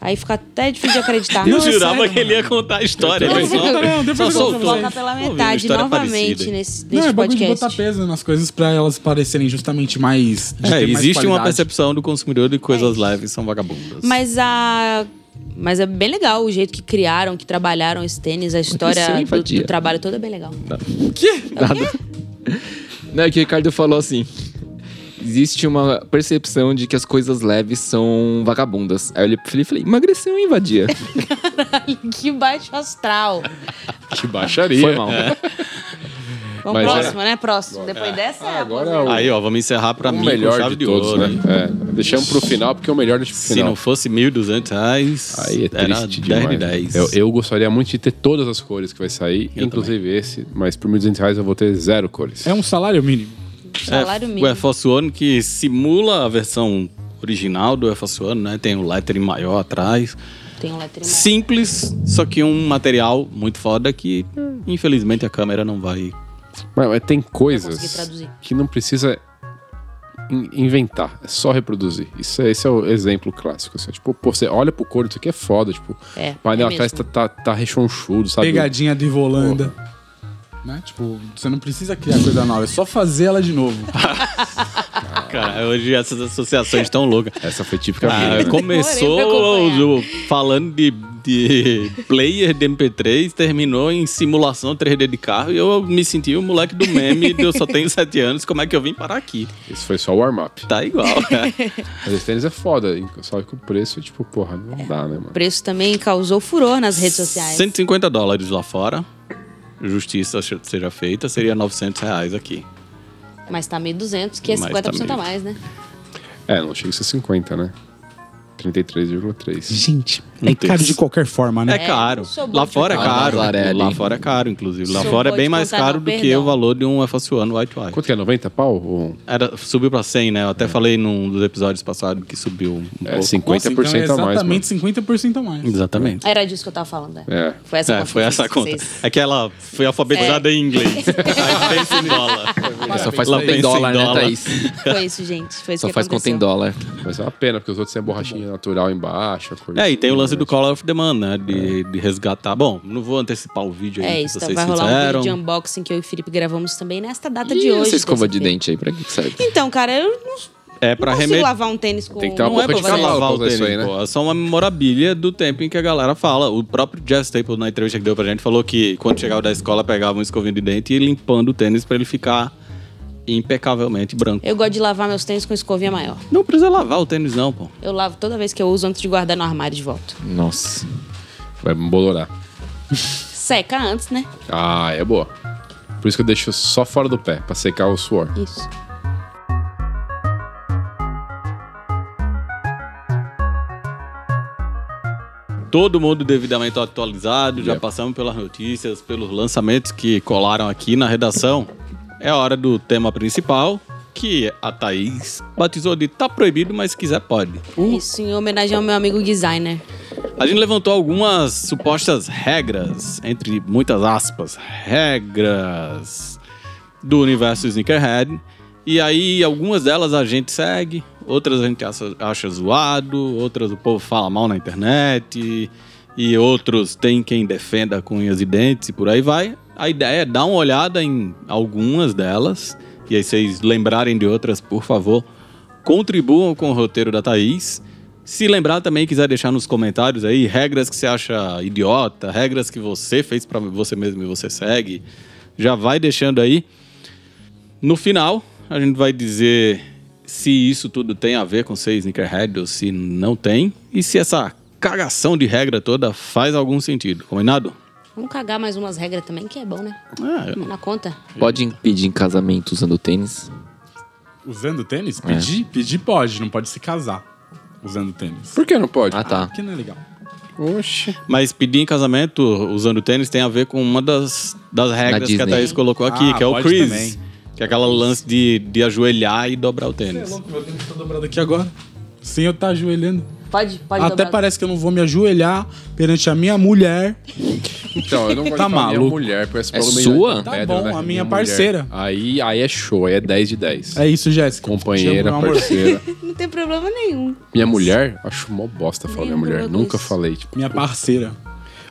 Speaker 2: Aí fica até difícil de acreditar.
Speaker 1: Eu
Speaker 3: Não, é
Speaker 1: jurava
Speaker 3: sério,
Speaker 1: que ele ia contar a história.
Speaker 3: Eu
Speaker 1: mas só-
Speaker 3: também. Não, não,
Speaker 1: só
Speaker 3: depois eu conto pra
Speaker 1: soltou.
Speaker 2: Coloca pela
Speaker 1: Ouvi uma
Speaker 2: metade
Speaker 1: história
Speaker 2: novamente né?
Speaker 1: parecida.
Speaker 2: nesse, nesse
Speaker 3: Não, é bagulho de
Speaker 2: podcast.
Speaker 3: botar peso nas coisas pra elas parecerem justamente mais. de ter
Speaker 1: É,
Speaker 3: mais
Speaker 1: existe uma
Speaker 3: qualidade.
Speaker 1: percepção do consumidor de coisas leves são vagabundas.
Speaker 2: É Mas a. Mas é bem legal o jeito que criaram, que trabalharam esse tênis, a
Speaker 4: Isso é
Speaker 2: história do,
Speaker 4: invadia.
Speaker 2: do trabalho toda é bem legal.
Speaker 4: Não, é que o Ricardo falou assim. Existe uma percepção de que as coisas leves são vagabundas. Aí eu olhei pro Felipe e falei, emagreceu e invadia.
Speaker 1: Tá.
Speaker 2: que baixo astral.
Speaker 5: Que baixaria.
Speaker 4: Foi mal.
Speaker 2: Vamos
Speaker 1: é-
Speaker 5: Mas
Speaker 2: próximo, né? Próximo. Depois dessa é a
Speaker 5: agora
Speaker 2: boa, né?
Speaker 5: é
Speaker 1: Aí, ó, vamos encerrar pra
Speaker 5: o
Speaker 1: mim com
Speaker 5: melhor
Speaker 1: chave
Speaker 5: de,
Speaker 1: de,
Speaker 5: todos,
Speaker 1: ouro.
Speaker 5: né?
Speaker 1: hein?
Speaker 5: É, deixamos pro final, porque é o melhor de
Speaker 1: Se
Speaker 5: final.
Speaker 1: não fosse 1.200 reais,
Speaker 5: Aí é
Speaker 1: era
Speaker 5: triste
Speaker 1: 10 de
Speaker 5: demais.
Speaker 1: 10.
Speaker 5: Eu, eu gostaria muito de ter todas as cores que vai sair,
Speaker 1: né? Eu
Speaker 5: inclusive esse, mas por 1.200 reais eu vou ter zero cores.
Speaker 3: É um salário mínimo.
Speaker 2: é Salário
Speaker 1: É, O
Speaker 2: mínimo.
Speaker 1: Air Force One que simula a versão original do Air Force One, né? Tem o lettering maior atrás.
Speaker 2: Tem um letrinho.
Speaker 1: Simples, só que um material muito foda que, infelizmente, a câmera não vai.
Speaker 5: Mas, mas tem
Speaker 2: consegui
Speaker 5: coisas
Speaker 2: traduzir.
Speaker 5: que não precisa in- inventar, é só reproduzir. Isso é, esse é o exemplo clássico. assim, tipo, pô, você olha pro couro, isso aqui é foda. Tipo,
Speaker 2: É,
Speaker 5: o painel
Speaker 2: é
Speaker 5: atrás tá,
Speaker 2: mesmo.
Speaker 5: tá, tá rechonchudo, sabe?
Speaker 3: Pegadinha de volanda. Né? Tipo, você não precisa criar coisa nova, é só fazer ela de novo.
Speaker 1: Cara, hoje essas associações estão loucas.
Speaker 5: Essa foi típica minha,
Speaker 1: Ah,
Speaker 5: né?
Speaker 2: pra
Speaker 1: começou
Speaker 2: acompanhar.
Speaker 1: o- o- falando de, de player de MP3, terminou em simulação 3D de carro e eu me senti o moleque do meme de eu só tenho 7 anos, como é que eu vim parar aqui?
Speaker 5: Isso foi só o warm-up.
Speaker 1: Tá igual.
Speaker 5: Mas esse tênis é foda, hein? só que o preço, tipo, porra, não dá, né, mano?
Speaker 2: O preço também causou furor nas redes sociais.
Speaker 1: 150 dólares lá fora. Justiça seja feita, seria 900 reais aqui.
Speaker 2: Mas tá 1.200, que é
Speaker 1: Mas
Speaker 2: 50%
Speaker 1: tá
Speaker 2: a mais, né?
Speaker 5: É, não chega a ser 50, né? 33,3.
Speaker 3: Gente,
Speaker 1: Não
Speaker 3: é
Speaker 1: tem
Speaker 3: caro
Speaker 1: isso.
Speaker 3: de qualquer forma, né?
Speaker 1: É caro.
Speaker 2: sou bom
Speaker 1: Lá
Speaker 2: de
Speaker 1: fora é
Speaker 4: contar.
Speaker 1: caro.
Speaker 4: Nazaré,
Speaker 1: Lá
Speaker 4: hein?
Speaker 1: fora é caro, inclusive. Lá
Speaker 2: Sou
Speaker 1: fora é
Speaker 2: bom
Speaker 1: bem
Speaker 2: de
Speaker 1: mais
Speaker 2: contar,
Speaker 1: caro
Speaker 2: não,
Speaker 1: do que
Speaker 2: perdão.
Speaker 1: o valor de um FS One White White.
Speaker 5: Quanto que é? 90 pau? Ou...
Speaker 1: Era, subiu pra 100, né? Eu até falei num dos episódios passados que subiu um
Speaker 5: É,
Speaker 1: pouco.
Speaker 5: 50%
Speaker 3: Nossa, então é
Speaker 5: a mais. mano.
Speaker 3: exatamente 50% a mais.
Speaker 1: Exatamente.
Speaker 2: Era disso que eu tava falando, né?
Speaker 5: É.
Speaker 2: Foi essa
Speaker 1: É,
Speaker 2: conta.
Speaker 1: foi
Speaker 2: que
Speaker 1: essa a
Speaker 2: eu
Speaker 1: conta.
Speaker 2: fiz pra É, vocês. É.
Speaker 1: É que ela foi alfabetizada em inglês. Aí pensa em dólar.
Speaker 4: Ele só faz
Speaker 1: Lá
Speaker 4: conta em
Speaker 1: pensa em
Speaker 4: dólar, né,
Speaker 1: dólar.
Speaker 4: Thaís?
Speaker 2: Foi isso, gente. Foi isso
Speaker 4: Só
Speaker 2: que
Speaker 4: faz conta em
Speaker 2: aconteceu.
Speaker 4: dólar.
Speaker 5: Mas é uma pena, porque os outros têm a borrachinha natural embaixo. a coisa
Speaker 1: É, e tem o lance do
Speaker 5: assim, né?
Speaker 1: Call of the Man, né? De, de resgatar. Bom, não vou antecipar o vídeo aí
Speaker 2: É
Speaker 1: que
Speaker 2: isso, então
Speaker 1: vocês
Speaker 2: vai rolar um
Speaker 1: fizeram.
Speaker 2: vídeo de unboxing que eu e o Felipe gravamos também nesta data
Speaker 4: E
Speaker 2: Tá de hoje.
Speaker 4: essa escova de
Speaker 2: terça-feira.
Speaker 4: dente aí, pra que que serve?
Speaker 2: Então, cara, eu não
Speaker 1: é pra
Speaker 2: consigo
Speaker 1: remeter.
Speaker 2: lavar um tênis com...
Speaker 5: Tem que ter uma
Speaker 2: não é
Speaker 5: boca de
Speaker 2: pra fazer.
Speaker 5: cavalo.
Speaker 1: lavar o
Speaker 5: pra usar
Speaker 1: tênis,
Speaker 5: isso aí, né?
Speaker 1: pô. É só uma memorabilia do tempo em que a galera fala. O próprio Jeff Staple, na entrevista que deu pra gente, falou que quando chegava da escola, pegava um escovinho de dente e ia limpando o tênis pra ele ficar impecavelmente branco.
Speaker 2: Eu gosto de lavar meus tênis com escovinha maior.
Speaker 1: Não precisa lavar o tênis, não, pô.
Speaker 2: Eu lavo toda vez que eu uso antes de guardar no armário de volta.
Speaker 4: Nossa.
Speaker 5: Vai embolorar.
Speaker 2: Seca antes, né?
Speaker 5: Ah, é boa. Por isso que eu deixo só fora do pé, pra secar o suor.
Speaker 2: Isso.
Speaker 1: Todo mundo devidamente atualizado, já
Speaker 5: Yep.
Speaker 1: passamos pelas notícias, pelos lançamentos que colaram aqui na redação. É a hora do tema principal, que a Thaís batizou de Tá Proibido, mas se quiser pode.
Speaker 5: Uh.
Speaker 2: É Isso, em homenagem ao meu amigo designer.
Speaker 1: A gente levantou algumas supostas regras, entre muitas aspas, regras do universo Sneakerhead. E aí, algumas delas a gente segue, outras a gente acha, acha zoado, outras o povo fala mal na internet, e, e outros tem quem defenda com unhas e dentes e por aí vai. A ideia é dar uma olhada em algumas delas, e aí vocês lembrarem de outras, por favor, contribuam com o roteiro da Thaís. Se lembrar também, quiser deixar nos comentários aí regras que você acha idiota, regras que você fez pra você mesmo e você segue, já vai deixando aí. No final, a gente vai dizer se isso tudo tem a ver com ser sneakerhead ou se não tem e se essa cagação de regra toda faz algum sentido, combinado?
Speaker 2: Vamos cagar mais umas regras também, que é bom, né?
Speaker 1: Ah, eu não.
Speaker 2: Na conta.
Speaker 4: Pode pedir em casamento usando tênis?
Speaker 3: Usando tênis?
Speaker 1: É.
Speaker 3: Pedir? Pedir pode, não pode se casar usando tênis.
Speaker 5: Por que não pode?
Speaker 4: Ah, tá.
Speaker 3: Que não é legal.
Speaker 5: Oxe.
Speaker 1: Mas pedir em casamento usando tênis tem a ver com uma das, das regras que a
Speaker 4: Disney.
Speaker 1: Thaís colocou aqui,
Speaker 3: Ah,
Speaker 1: que é o
Speaker 3: pode
Speaker 1: Chris.
Speaker 3: também.
Speaker 1: Que é aquela lance de, de ajoelhar e dobrar o
Speaker 3: Você é
Speaker 1: tênis.
Speaker 3: louco, meu tênis tá dobrado aqui agora. Sem eu estar ajoelhando.
Speaker 2: Pode, pode
Speaker 3: Até
Speaker 2: dobrar.
Speaker 3: parece que eu não vou me ajoelhar perante a minha mulher
Speaker 5: Então, eu não gosto
Speaker 3: Tá
Speaker 5: de falar minha
Speaker 3: maluco.
Speaker 5: mulher, porque essa
Speaker 4: É
Speaker 5: palavra meio
Speaker 4: sua?
Speaker 5: pedra,
Speaker 3: Tá bom, a minha parceira.
Speaker 5: mulher. Aí, aí é show, aí é 10 de 10.
Speaker 3: É isso, Jéssica. Te
Speaker 5: Companheira,
Speaker 3: amo, meu amor.
Speaker 5: parceira.
Speaker 2: Não tem problema nenhum.
Speaker 5: Minha mulher, acho mó bosta falar minha
Speaker 2: Lembro
Speaker 5: mulher.
Speaker 2: disso.
Speaker 5: Nunca falei, tipo.
Speaker 3: Minha parceira.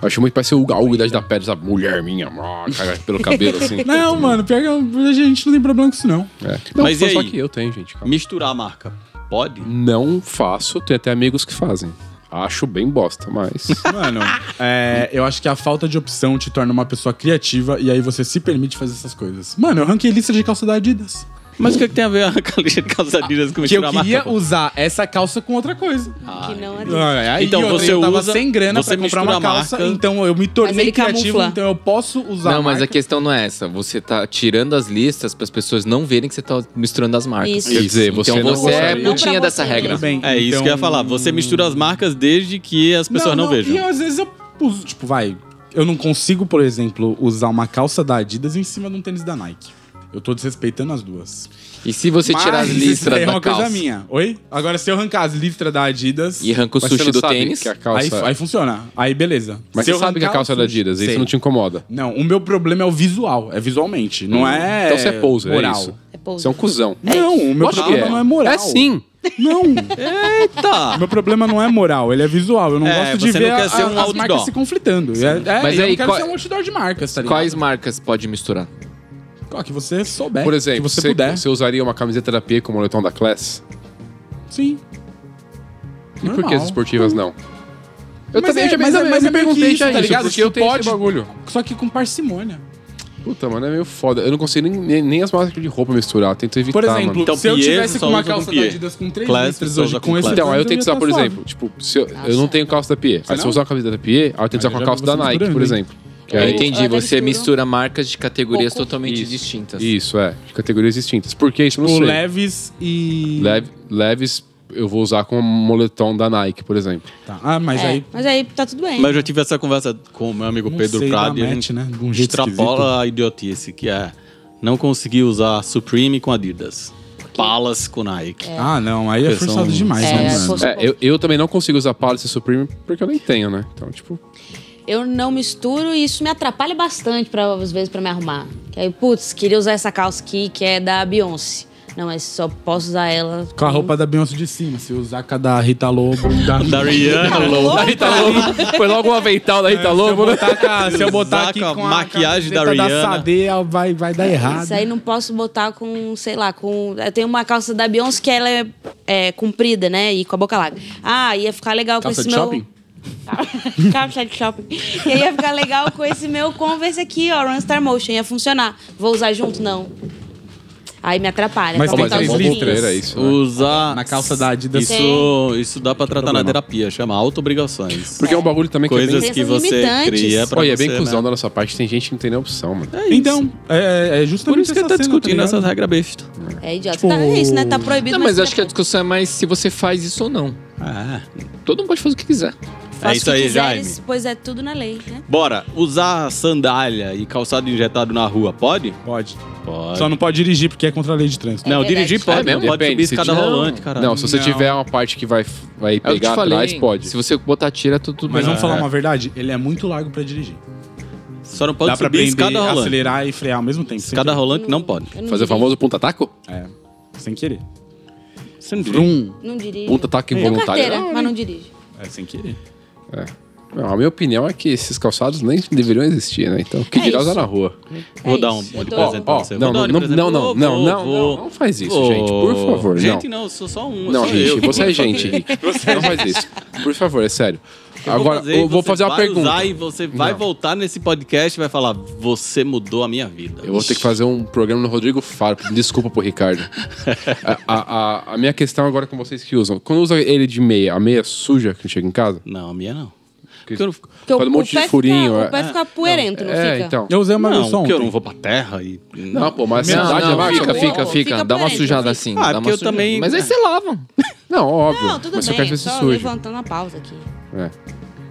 Speaker 5: Eu acho muito que parece o- a Huguidade da Pedra, sabe? "Ah, Mulher minha, ó, cara, pelo cabelo assim.
Speaker 3: Não, mano, pior que a gente não tem problema com isso, não.
Speaker 5: É. Não,
Speaker 1: Mas
Speaker 5: foi
Speaker 1: e
Speaker 5: só
Speaker 1: aí?
Speaker 5: que eu tenho, gente. calma.
Speaker 1: Misturar a marca. Pode?
Speaker 3: Hum.
Speaker 5: Não faço, tem até amigos que fazem. Acho bem bosta, mas.
Speaker 3: Mano, é, eu acho que a falta de opção te torna uma pessoa criativa e aí você se permite fazer essas coisas. Mano, eu ranquei lista de calça da Adidas.
Speaker 1: Mas o que, é que tem a ver a calixa de calçadilhas com
Speaker 3: Que eu
Speaker 1: misturar a marca?
Speaker 3: queria
Speaker 1: pô?
Speaker 3: usar essa calça com outra coisa.
Speaker 1: Ah,
Speaker 2: que não é
Speaker 3: Ah, aí
Speaker 1: Então,
Speaker 3: outra,
Speaker 1: você
Speaker 3: eu tava
Speaker 1: usa-
Speaker 3: sem grana
Speaker 1: você
Speaker 3: pra comprar uma
Speaker 1: mistura a
Speaker 3: calça,
Speaker 1: marca.
Speaker 3: então eu me
Speaker 2: Mas
Speaker 3: tornei
Speaker 2: ele
Speaker 3: criativo,
Speaker 2: camufla.
Speaker 3: então eu posso usar
Speaker 4: Não, mas a
Speaker 3: marca.
Speaker 4: questão não é essa. Você tá tirando as listas para as pessoas não verem que você tá misturando as marcas.
Speaker 2: Isso.
Speaker 5: Quer dizer, você
Speaker 4: Então
Speaker 5: não
Speaker 4: você é
Speaker 5: consegue.
Speaker 2: Não pra
Speaker 4: putinha dessa
Speaker 2: você. né?
Speaker 4: regra.
Speaker 3: Tudo bem,
Speaker 1: É isso
Speaker 3: então-
Speaker 1: que eu ia falar. Você mistura as marcas desde que as pessoas não,
Speaker 3: E
Speaker 1: vejam.
Speaker 3: às vezes eu uso, tipo, vai. Eu não consigo, por exemplo, usar uma calça da Adidas em cima de um tênis da Nike. Eu tô desrespeitando as duas.
Speaker 4: E se você
Speaker 3: Mas
Speaker 4: tirar as
Speaker 3: isso daí
Speaker 4: listras
Speaker 3: é uma
Speaker 4: da
Speaker 3: coisa
Speaker 4: calça
Speaker 3: minha. Oi? Agora, se eu arrancar as listras da Adidas,
Speaker 4: e arranca o
Speaker 5: Mas você
Speaker 4: sushi
Speaker 5: não
Speaker 4: do
Speaker 5: sabe
Speaker 4: tênis,
Speaker 5: que a
Speaker 3: aí,
Speaker 5: calça- é.
Speaker 3: aí funciona. Aí beleza.
Speaker 5: Mas
Speaker 3: Se
Speaker 5: você
Speaker 3: eu
Speaker 5: sabe que a
Speaker 3: arrancar
Speaker 5: calça é da Adidas,
Speaker 3: Sei.
Speaker 5: isso não te incomoda.
Speaker 3: Não, o meu problema é o visual, é visualmente. Não é.
Speaker 5: Então você é poser,
Speaker 3: moral.
Speaker 5: é isso.
Speaker 2: É pouso.
Speaker 5: Você é um cuzão.
Speaker 3: Não, o meu
Speaker 5: Lógico que
Speaker 3: problema não é moral.
Speaker 5: É sim.
Speaker 3: Não,
Speaker 1: Eita!
Speaker 3: meu problema não é moral, ele é visual. Eu não
Speaker 1: É,
Speaker 3: gosto de
Speaker 1: você
Speaker 3: ver
Speaker 1: não quer
Speaker 3: a-
Speaker 1: ser um
Speaker 3: as marcas
Speaker 1: outdoor.
Speaker 3: se conflitando. É, é,
Speaker 4: Mas
Speaker 3: eu
Speaker 4: aí,
Speaker 3: não quero
Speaker 4: qual-
Speaker 3: ser um outdoor de marcas, tá ligado?
Speaker 4: quais marcas pode misturar?
Speaker 3: Qual que você souber.
Speaker 5: Por exemplo,
Speaker 3: É que você,
Speaker 5: você,
Speaker 3: puder.
Speaker 5: você usaria uma camiseta da P com o moletom da Class?
Speaker 3: Sim.
Speaker 5: E por que as esportivas não?
Speaker 3: Mas é-
Speaker 5: já-
Speaker 3: mas é- mas
Speaker 5: me
Speaker 3: é meio que isso, tá ligado?
Speaker 5: Porque eu
Speaker 3: Tu
Speaker 5: tenho
Speaker 3: pode-
Speaker 5: esse bagulho.
Speaker 3: Só que com parcimônia.
Speaker 5: Puta, mano, é meio foda. Eu não consigo nem, nem, nem as marcas de roupa misturar. Eu Tento evitar,
Speaker 3: Por exemplo,
Speaker 5: mano.
Speaker 1: Então,
Speaker 3: se eu
Speaker 1: Pierre
Speaker 3: tivesse com
Speaker 1: só
Speaker 3: uma
Speaker 1: usa com
Speaker 3: calça da
Speaker 1: Pierre.
Speaker 3: Adidas com três
Speaker 1: Classic
Speaker 3: listras
Speaker 1: só
Speaker 3: hoje
Speaker 1: usa
Speaker 3: com
Speaker 1: com
Speaker 3: esse
Speaker 5: Então, aí eu
Speaker 3: tênis,
Speaker 5: tento
Speaker 3: ia
Speaker 5: usar, por
Speaker 3: tá suave.
Speaker 5: exemplo, tipo, se eu, eu não tenho calça da Pie. Aí se
Speaker 3: não?
Speaker 5: eu usar uma camiseta da Pie, aí eu tento usar
Speaker 3: Mas eu
Speaker 5: com a
Speaker 3: já
Speaker 5: calça
Speaker 3: vi você
Speaker 5: da Nike, por
Speaker 3: misturando, hein?
Speaker 5: exemplo. Que
Speaker 4: Eu
Speaker 5: aí-
Speaker 4: entendi,
Speaker 2: Ela
Speaker 4: você
Speaker 2: mistura-
Speaker 4: mistura marcas de categorias
Speaker 2: Pouco.
Speaker 4: totalmente
Speaker 5: Isso.
Speaker 4: distintas.
Speaker 5: Isso, é. De categorias distintas. Por que isso? eu Não
Speaker 3: O
Speaker 5: sei.
Speaker 3: Levis e.
Speaker 5: Leve- leves eu vou usar com o moletom da Nike, por exemplo.
Speaker 3: Tá. Ah, mas
Speaker 2: É,
Speaker 3: aí.
Speaker 2: mas aí tá tudo bem.
Speaker 1: Mas eu já tive essa conversa com o meu amigo
Speaker 3: Não
Speaker 1: Pedro
Speaker 3: sei, dá
Speaker 1: Prado e a
Speaker 3: match,
Speaker 1: gente
Speaker 3: né? De um jeito
Speaker 1: extrapola a idiotice, que é não conseguir usar Supreme com Adidas, Palace com Nike.
Speaker 3: Ah, não, aí é
Speaker 1: Porque
Speaker 3: forçado
Speaker 1: são-
Speaker 3: demais,
Speaker 2: É,
Speaker 3: né,
Speaker 2: é
Speaker 3: mano?
Speaker 2: forçado.
Speaker 5: É, eu, eu também não consigo usar Palace e Supreme porque eu nem tenho, né? Então, tipo,
Speaker 2: Eu não misturo e isso me atrapalha bastante, pra, às vezes, pra me arrumar. Que aí, putz, queria usar essa calça aqui que é da Beyoncé. Não, mas só posso usar ela.
Speaker 3: Com a roupa da Beyoncé de cima, se usar com a da Rita Lobo. da-
Speaker 1: Da Rihanna.
Speaker 5: da Rita Lobo. Foi logo um avental da Rita
Speaker 3: Tá. É, Se eu
Speaker 5: Lobo, né?
Speaker 3: botar, com a- se eu botar
Speaker 1: Usar
Speaker 3: aqui
Speaker 1: com a
Speaker 3: com a
Speaker 1: maquiagem da
Speaker 3: camiseta
Speaker 1: Rihanna. É
Speaker 3: Sade, ela vai, vai dar errado.
Speaker 2: Isso aí não posso botar com, sei lá, com. Eu tenho uma calça da Beyoncé que ela é, é, comprida, né? E com a boca larga. Ah, ia ficar legal
Speaker 3: Calça
Speaker 2: com esse
Speaker 3: de
Speaker 2: meu.
Speaker 3: shopping?
Speaker 2: calça de shopping. E aí ia ficar legal com esse meu Converse aqui, ó, Runstar Motion. Ia funcionar. Vou usar junto? Não. Aí me atrapalha.
Speaker 3: Mas assim?
Speaker 2: Pra
Speaker 3: tem
Speaker 2: botar os
Speaker 3: três listras.
Speaker 2: pouquinhos.
Speaker 5: É isso. né?
Speaker 1: Usar.
Speaker 3: Na calça da Adidas.
Speaker 1: Isso, isso dá pra tratar na
Speaker 3: problema.
Speaker 1: terapia, chama auto-obrigações.
Speaker 5: Porque é um bagulho também que é
Speaker 1: Coisas
Speaker 5: bem...
Speaker 2: Crenças
Speaker 1: que você
Speaker 2: limitantes.
Speaker 1: cria pra
Speaker 5: Olha, é
Speaker 1: você.
Speaker 5: bem cuzão
Speaker 1: né?
Speaker 5: da nossa parte. Tem gente que não tem nem opção, mano.
Speaker 3: Então, é, é justamente
Speaker 1: Por isso que ele
Speaker 3: essa
Speaker 1: tá
Speaker 3: cena,
Speaker 1: discutindo
Speaker 3: ligado?
Speaker 1: essas regras besta.
Speaker 2: É idiota. Tá, é isso, né? Tá proibido.
Speaker 4: Tipo, Não, mas eu acho que a discussão é mais se você faz isso ou não.
Speaker 1: Ah,
Speaker 4: Todo mundo pode fazer o que quiser.
Speaker 1: é isso aí, Jaime.
Speaker 2: Pois é, tudo na lei, né?
Speaker 1: Bora, usar sandália e calçado injetado na rua, pode?
Speaker 3: Pode.
Speaker 1: Pode.
Speaker 3: Só não pode dirigir porque é contra a lei de trânsito.
Speaker 1: não,
Speaker 2: É
Speaker 1: dirigir
Speaker 2: verdade.
Speaker 1: pode,
Speaker 5: É mesmo?
Speaker 1: pode subir
Speaker 5: Depende, se
Speaker 1: escada
Speaker 5: tiver-
Speaker 1: rolante, cara.
Speaker 5: Não, se você
Speaker 3: Não.
Speaker 5: tiver uma parte que vai, vai
Speaker 4: É o que eu
Speaker 5: pegar
Speaker 4: te
Speaker 5: atrás,
Speaker 4: falei.
Speaker 5: pode.
Speaker 4: Se você botar tira, tudo, tudo
Speaker 3: Mas
Speaker 4: bem.
Speaker 3: vamos falar uma verdade? Ele é muito largo pra dirigir.
Speaker 1: Só não
Speaker 3: Dá
Speaker 1: pode
Speaker 3: pra
Speaker 1: subir
Speaker 3: prender,
Speaker 1: escada rolante.
Speaker 3: acelerar e frear ao mesmo
Speaker 5: né?
Speaker 3: tempo. sem
Speaker 1: Escada rolante não pode.
Speaker 2: Eu não
Speaker 5: Fazer
Speaker 2: dirijo.
Speaker 5: o famoso punta-taco?
Speaker 3: querer. É, sem querer.
Speaker 1: Você não dirige.
Speaker 3: Brum.
Speaker 2: Não dirijo.
Speaker 5: Punta-taco
Speaker 2: Tenho
Speaker 5: involuntário.
Speaker 2: carteira,
Speaker 5: Não,
Speaker 2: mas não dirijo.
Speaker 3: É, sem querer.
Speaker 5: Não, a minha opinião é que esses calçados nem deveriam existir, né? Então, o que
Speaker 2: É
Speaker 5: dirá
Speaker 2: isso.
Speaker 5: usar na rua?
Speaker 2: É
Speaker 1: Vou dar um
Speaker 2: isso,
Speaker 1: de
Speaker 2: eu dou-
Speaker 1: presente pra
Speaker 5: Ó,
Speaker 1: você.
Speaker 5: ó,
Speaker 1: Vou
Speaker 5: não,
Speaker 1: dar um de
Speaker 5: não,
Speaker 1: presente.
Speaker 5: não, não,
Speaker 1: Vou,
Speaker 5: não,
Speaker 1: vou,
Speaker 5: não,
Speaker 1: vou.
Speaker 5: não faz isso, gente, por favor,
Speaker 1: Gente,
Speaker 5: não.
Speaker 1: não, eu sou só um. eu
Speaker 5: Não,
Speaker 1: sou eu.
Speaker 5: gente, você é
Speaker 1: Vou
Speaker 5: gente,
Speaker 1: fazer.
Speaker 5: Rick. Não faz isso. Por favor, é sério.
Speaker 1: Eu
Speaker 5: Agora,
Speaker 1: e
Speaker 5: eu vou
Speaker 1: você
Speaker 5: fazer uma
Speaker 1: vai
Speaker 5: pergunta.
Speaker 1: Usar, e você vai
Speaker 5: Não.
Speaker 1: voltar nesse podcast e vai falar: Você mudou a minha vida.
Speaker 5: Eu vou ter que fazer um programa no Rodrigo Faro. Desculpa pro Ricardo. A, a- a- a minha questão agora é com vocês que usam. Quando usa ele de meia, a meia suja que chega em casa,
Speaker 1: Não, a minha não.
Speaker 5: Que-
Speaker 1: Porque eu não,
Speaker 2: Porque o-
Speaker 5: faz um
Speaker 2: o
Speaker 5: monte
Speaker 2: pé
Speaker 5: de furinho.
Speaker 2: Fica,
Speaker 5: é.
Speaker 2: o pé fica poeirento, não
Speaker 5: É,
Speaker 2: fica?
Speaker 5: então.
Speaker 3: Eu usei uma
Speaker 1: não,
Speaker 3: vez só
Speaker 1: porque eu
Speaker 3: ontem.
Speaker 1: não vou pra terra e.
Speaker 5: Não, pô, mas a
Speaker 4: Não,
Speaker 5: cidade é
Speaker 4: não,
Speaker 5: lá,
Speaker 4: fica,
Speaker 5: cara.
Speaker 4: fica, fica.
Speaker 2: Fica
Speaker 4: Dá uma
Speaker 2: poeirante,
Speaker 4: sujada
Speaker 2: fica.
Speaker 4: assim.
Speaker 1: Ah,
Speaker 4: dá uma
Speaker 1: porque eu
Speaker 4: sujada.
Speaker 1: também-
Speaker 4: Mas é aí você lava.
Speaker 5: Não, óbvio.
Speaker 2: Não, tudo
Speaker 5: mas eu
Speaker 2: bem,
Speaker 5: quero ver se
Speaker 2: só
Speaker 5: sujo.
Speaker 2: levantando a pausa aqui.
Speaker 5: É.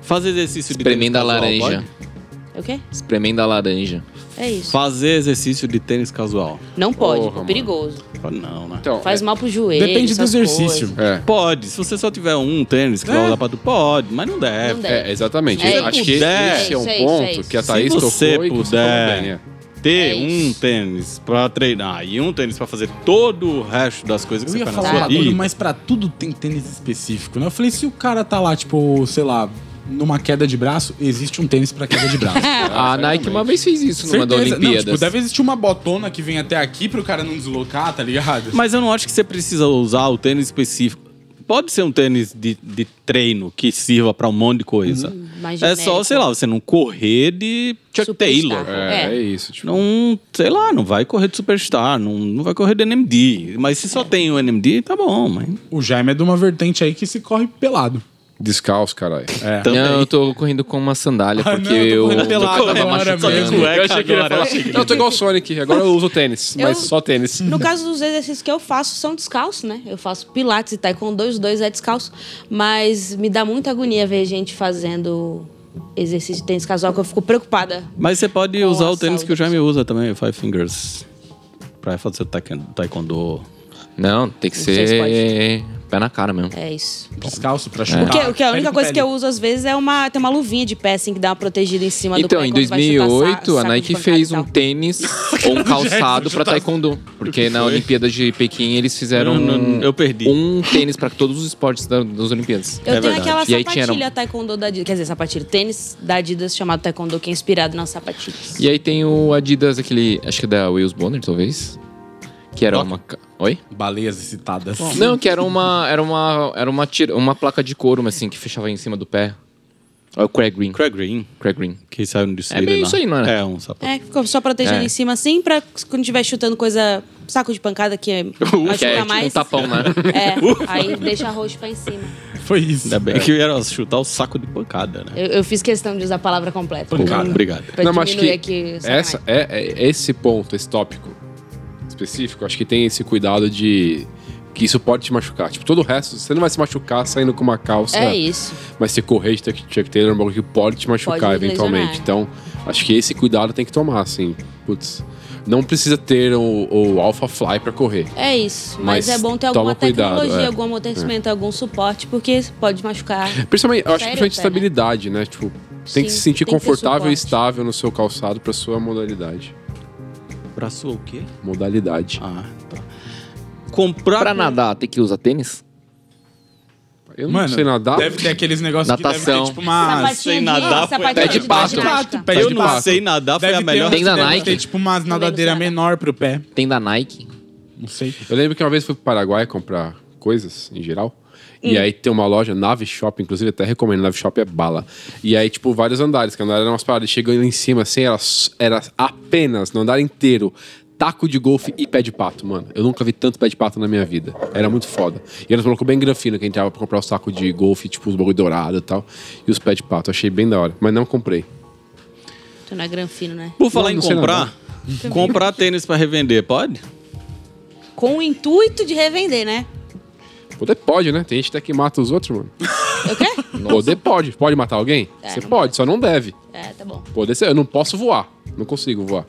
Speaker 1: Fazer exercício de
Speaker 4: Espremendo a
Speaker 1: tênis casual,
Speaker 4: laranja.
Speaker 1: pode?
Speaker 2: É o quê?
Speaker 4: Espremendo a laranja.
Speaker 2: É isso.
Speaker 1: Fazer exercício de tênis casual.
Speaker 2: Não pode,
Speaker 5: Porra,
Speaker 2: pô,
Speaker 5: mano.
Speaker 2: perigoso.
Speaker 1: Não, né?
Speaker 5: Então,
Speaker 2: Faz
Speaker 5: é,
Speaker 2: mal pro joelho.
Speaker 3: Depende do
Speaker 2: essas
Speaker 3: exercício.
Speaker 2: coisas.
Speaker 5: é,
Speaker 1: Pode. Se você só tiver um tênis que vai usar pra tu, pode, mas não deve.
Speaker 2: Não
Speaker 5: é,
Speaker 2: deve.
Speaker 5: exatamente.
Speaker 2: É
Speaker 5: Acho
Speaker 1: isso,
Speaker 5: que
Speaker 1: é
Speaker 5: esse
Speaker 2: isso,
Speaker 5: é um
Speaker 2: é isso, é
Speaker 5: ponto
Speaker 2: isso.
Speaker 5: que a
Speaker 1: Se
Speaker 5: Thaís tocou
Speaker 1: você
Speaker 5: e que você
Speaker 1: puder.
Speaker 5: falou bem, é.
Speaker 1: Ter
Speaker 2: É
Speaker 1: um
Speaker 2: isso.
Speaker 1: tênis pra treinar e um tênis pra fazer todo o resto das coisas que
Speaker 3: Eu
Speaker 1: você
Speaker 3: ia
Speaker 1: faz na
Speaker 3: falar um
Speaker 1: sua
Speaker 3: bagulho,
Speaker 1: vida.
Speaker 3: mas pra tudo tem tênis específico, né? Eu falei, se o cara tá lá, tipo, sei lá, numa queda de braço, existe um tênis pra queda de braço.
Speaker 4: A Nike uma vez fez isso numa da
Speaker 3: Não,
Speaker 4: Olimpíadas.
Speaker 3: tipo, deve existir uma botona que vem até aqui pro cara não deslocar, tá ligado?
Speaker 1: Mas eu não acho que você precisa usar o tênis específico. Pode ser um tênis de, de treino que sirva pra um monte de coisa.
Speaker 2: Uhum, Mais
Speaker 1: É só,
Speaker 2: genérico.
Speaker 1: sei lá, você não correr de Chuck
Speaker 2: Superstar.
Speaker 1: Taylor.
Speaker 5: É,
Speaker 2: É.
Speaker 5: é isso. Tipo,
Speaker 1: Não, sei lá, não vai correr de Superstar, não, não vai correr de NMD. Mas se
Speaker 2: É.
Speaker 1: só tem o NMD, tá bom, mas
Speaker 3: O Jaime é de uma vertente aí que se corre pelado.
Speaker 5: Descalço, caralho.
Speaker 3: É.
Speaker 1: também.
Speaker 4: Não, eu tô correndo com uma sandália,
Speaker 3: Ah,
Speaker 4: porque
Speaker 3: não, eu tô
Speaker 4: eu.
Speaker 3: correndo
Speaker 4: tô
Speaker 3: pelado
Speaker 4: com- tava
Speaker 3: agora,
Speaker 4: machucando.
Speaker 3: meu.
Speaker 1: cueca
Speaker 5: um Eu achei que ele ia
Speaker 1: agora.
Speaker 5: falar. assim. Não, eu tô igual o Sonic, agora eu uso tênis, mas
Speaker 2: Eu-
Speaker 5: só tênis.
Speaker 2: No caso dos exercícios que eu faço, são descalços, né? Eu faço pilates e taekwondo, os dois é descalço. Mas me dá muita agonia ver gente fazendo exercício de tênis casual, que eu fico preocupada.
Speaker 1: Mas você pode
Speaker 2: Com
Speaker 1: usar
Speaker 2: a
Speaker 1: o tênis
Speaker 2: saúde.
Speaker 1: que o Jaime usa também, o Five Fingers. Pra fazer o taekwon- taekwondo.
Speaker 4: Não, tem que
Speaker 2: Vocês
Speaker 4: ser. Pé na cara mesmo.
Speaker 2: É isso.
Speaker 3: Descalço pra
Speaker 4: É.
Speaker 3: chutar.
Speaker 2: Porque,
Speaker 1: Ah,
Speaker 2: porque a
Speaker 3: Pele
Speaker 2: única
Speaker 3: com
Speaker 2: coisa
Speaker 3: pele.
Speaker 2: que eu uso às vezes é uma, tem uma luvinha de pé assim que dá uma protegida em cima do
Speaker 4: Então,
Speaker 2: pé
Speaker 4: em
Speaker 2: quando vai chutar sa-
Speaker 4: 2008, a
Speaker 2: saco de
Speaker 4: Nike
Speaker 2: pancada
Speaker 4: fez
Speaker 2: e tal.
Speaker 4: um tênis ou um calçado pra
Speaker 1: tá-
Speaker 4: taekwondo. Porque na Olimpíadas de Pequim eles fizeram
Speaker 1: Não, não, eu perdi.
Speaker 4: um tênis pra todos os esportes da- das Olimpíadas.
Speaker 2: Eu
Speaker 1: É
Speaker 2: tenho
Speaker 1: verdade.
Speaker 2: aquela
Speaker 4: E aí tinha- um
Speaker 2: sapatilha taekwondo da Adidas, quer dizer, sapatilha, tênis da Adidas chamado taekwondo que é inspirado nas sapatilhas.
Speaker 4: E aí tem o Adidas, aquele. Acho que é da Wills Bonner, talvez. Que era uma. ca- Oi?
Speaker 3: Baleias excitadas.
Speaker 4: Não, que era uma. Era uma. Era uma, tira, uma placa de couro, mas assim, que fechava em cima do pé. Olha o Craig Green.
Speaker 1: Craig Green,
Speaker 4: Craig Green.
Speaker 1: que saiu no desfile
Speaker 4: É bem
Speaker 1: lá.
Speaker 4: isso aí, não é?
Speaker 1: É, um sapato.
Speaker 2: É, ficou só protegendo
Speaker 4: É.
Speaker 2: em cima assim pra quando estiver chutando coisa, saco de pancada que é
Speaker 4: Que é
Speaker 2: machuca
Speaker 4: tipo um
Speaker 2: mais.
Speaker 4: tapão, né?
Speaker 2: É, aí deixa roxo pra em cima.
Speaker 3: Foi isso.
Speaker 1: Ainda bem que era chutar o saco de pancada, né?
Speaker 2: Eu, eu fiz questão de usar a palavra completa.
Speaker 1: Pancada.
Speaker 2: Pra-
Speaker 1: Obrigado.
Speaker 2: Pra
Speaker 5: Não, mas acho
Speaker 2: diminuir
Speaker 5: que
Speaker 2: aqui.
Speaker 5: essa,
Speaker 2: sacanagem.
Speaker 5: é, é- esse ponto, esse tópico específico, acho que tem esse cuidado de que isso pode te machucar. Tipo, todo o resto, você não vai se machucar saindo com uma calça,
Speaker 2: É isso.
Speaker 5: mas se correr de Chuck Chuck Taylor é um bagulho que pode te machucar
Speaker 2: Pode
Speaker 5: eventualmente.
Speaker 2: lesionar. é.
Speaker 5: Então, acho que esse cuidado tem que tomar, assim. Putz, não precisa ter o, o Alpha Fly pra correr.
Speaker 2: É isso. Mas, é
Speaker 5: Mas
Speaker 2: bom ter
Speaker 5: toma
Speaker 2: alguma
Speaker 5: cuidado,
Speaker 2: tecnologia,
Speaker 5: é.
Speaker 2: algum amortecimento, algum suporte, porque pode machucar.
Speaker 5: Principalmente, eu acho que
Speaker 2: Sério,
Speaker 5: principalmente
Speaker 2: até, né?
Speaker 5: estabilidade, né? Tipo, tem
Speaker 2: Sim,
Speaker 5: que se sentir
Speaker 2: tem que ter
Speaker 5: confortável e
Speaker 2: suporte.
Speaker 5: estável no seu calçado pra sua modalidade.
Speaker 1: Pra sua o quê?
Speaker 5: Modalidade.
Speaker 1: Ah, tá. Comprar...
Speaker 4: Pra nadar, tem que usar tênis?
Speaker 5: Eu não sei nadar.
Speaker 3: Deve ter aqueles negócios que deve ter,
Speaker 4: Natação.
Speaker 3: tipo, umas...
Speaker 1: sem nadar, foi-
Speaker 2: sapatinho
Speaker 4: Pé de pato.
Speaker 2: ginástica.
Speaker 3: Pé
Speaker 1: Eu
Speaker 3: de
Speaker 1: não
Speaker 3: pato.
Speaker 1: sei nadar, foi
Speaker 3: Deve
Speaker 1: a
Speaker 3: ter
Speaker 1: melhor...
Speaker 3: umas-
Speaker 4: Tem da
Speaker 3: deve
Speaker 4: Nike?
Speaker 3: ter, tipo, umas nadadeiras
Speaker 2: nada.
Speaker 3: menor pro pé.
Speaker 4: Tem da Nike?
Speaker 3: Não sei.
Speaker 5: Eu lembro que uma vez fui pro Paraguai comprar coisas, em geral. E
Speaker 2: Hum.
Speaker 5: aí tem uma loja, Nave Shop, inclusive até recomendo, Nave Shop é bala. E aí, tipo, vários andares, que andaram umas paradas, chegando em cima, assim, era, s- era apenas, no andar inteiro, taco de golfe e pé de pato, mano. Eu nunca vi tanto pé de pato na minha vida. Era muito foda. E eles colocou bem granfino, que a gente tava pra comprar os tacos de golfe, tipo, os bagulho dourado e tal. E os pé de pato, achei bem da hora. Mas não comprei.
Speaker 2: Tu não é granfino, né?
Speaker 1: Por falar
Speaker 5: Não,
Speaker 1: em
Speaker 5: não sei
Speaker 1: comprar, comprar tênis pra revender, pode?
Speaker 2: Com o intuito de revender, né?
Speaker 5: Poder pode, né? Tem gente até que mata os outros, mano.
Speaker 2: Eu quê?
Speaker 5: Poder pode. Pode matar alguém?
Speaker 2: É,
Speaker 5: Você
Speaker 2: não
Speaker 5: pode, só não deve.
Speaker 2: É, tá bom.
Speaker 5: Poder ser, eu não posso voar. Não consigo voar.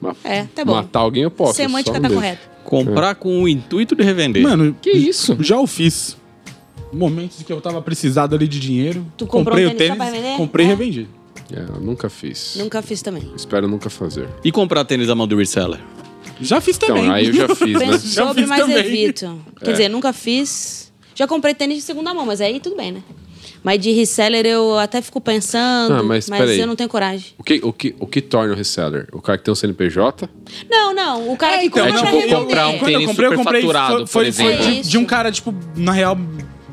Speaker 5: Mas
Speaker 2: É, tá bom.
Speaker 5: Matar alguém eu posso. só um
Speaker 2: Semântica tá
Speaker 5: não devo.
Speaker 2: correta.
Speaker 1: Comprar com o intuito de revender.
Speaker 3: Mano,
Speaker 4: Que isso?
Speaker 3: já o fiz. Momentos que eu tava precisado ali de dinheiro.
Speaker 2: Tu comprou
Speaker 3: comprei
Speaker 2: um
Speaker 3: o
Speaker 2: tênis só
Speaker 3: tênis,
Speaker 2: pra vender?
Speaker 3: comprei e
Speaker 2: É.
Speaker 3: revendi.
Speaker 5: É, eu nunca fiz.
Speaker 2: Nunca fiz também.
Speaker 5: Espero nunca fazer.
Speaker 1: E comprar tênis à mão do reseller?
Speaker 3: Já fiz
Speaker 5: Então,
Speaker 3: também.
Speaker 5: aí eu já fiz, É.
Speaker 2: Penso
Speaker 5: né?
Speaker 3: Já
Speaker 2: sobre,
Speaker 3: fiz
Speaker 2: mas
Speaker 3: também.
Speaker 2: evito. Quer dizer, nunca fiz. Já comprei tênis de segunda mão, mas aí tudo bem, né? Mas de reseller eu até fico pensando,
Speaker 5: Ah, mas
Speaker 2: mas,
Speaker 5: peraí.
Speaker 2: eu não tenho coragem.
Speaker 5: O que, o, que, o que torna o reseller? O cara que tem um CNPJ?
Speaker 2: Não, não. O cara
Speaker 3: É,
Speaker 2: que
Speaker 3: então,
Speaker 2: compra pra
Speaker 3: eu-
Speaker 4: é tipo
Speaker 2: revender.
Speaker 4: comprar um
Speaker 3: Quando eu
Speaker 4: tênis
Speaker 3: comprei, eu comprei
Speaker 4: superfaturado,
Speaker 3: foi, foi,
Speaker 4: por
Speaker 3: foi
Speaker 4: exemplo.
Speaker 3: de,
Speaker 2: É
Speaker 3: de um
Speaker 2: isso.
Speaker 3: cara, tipo, na real,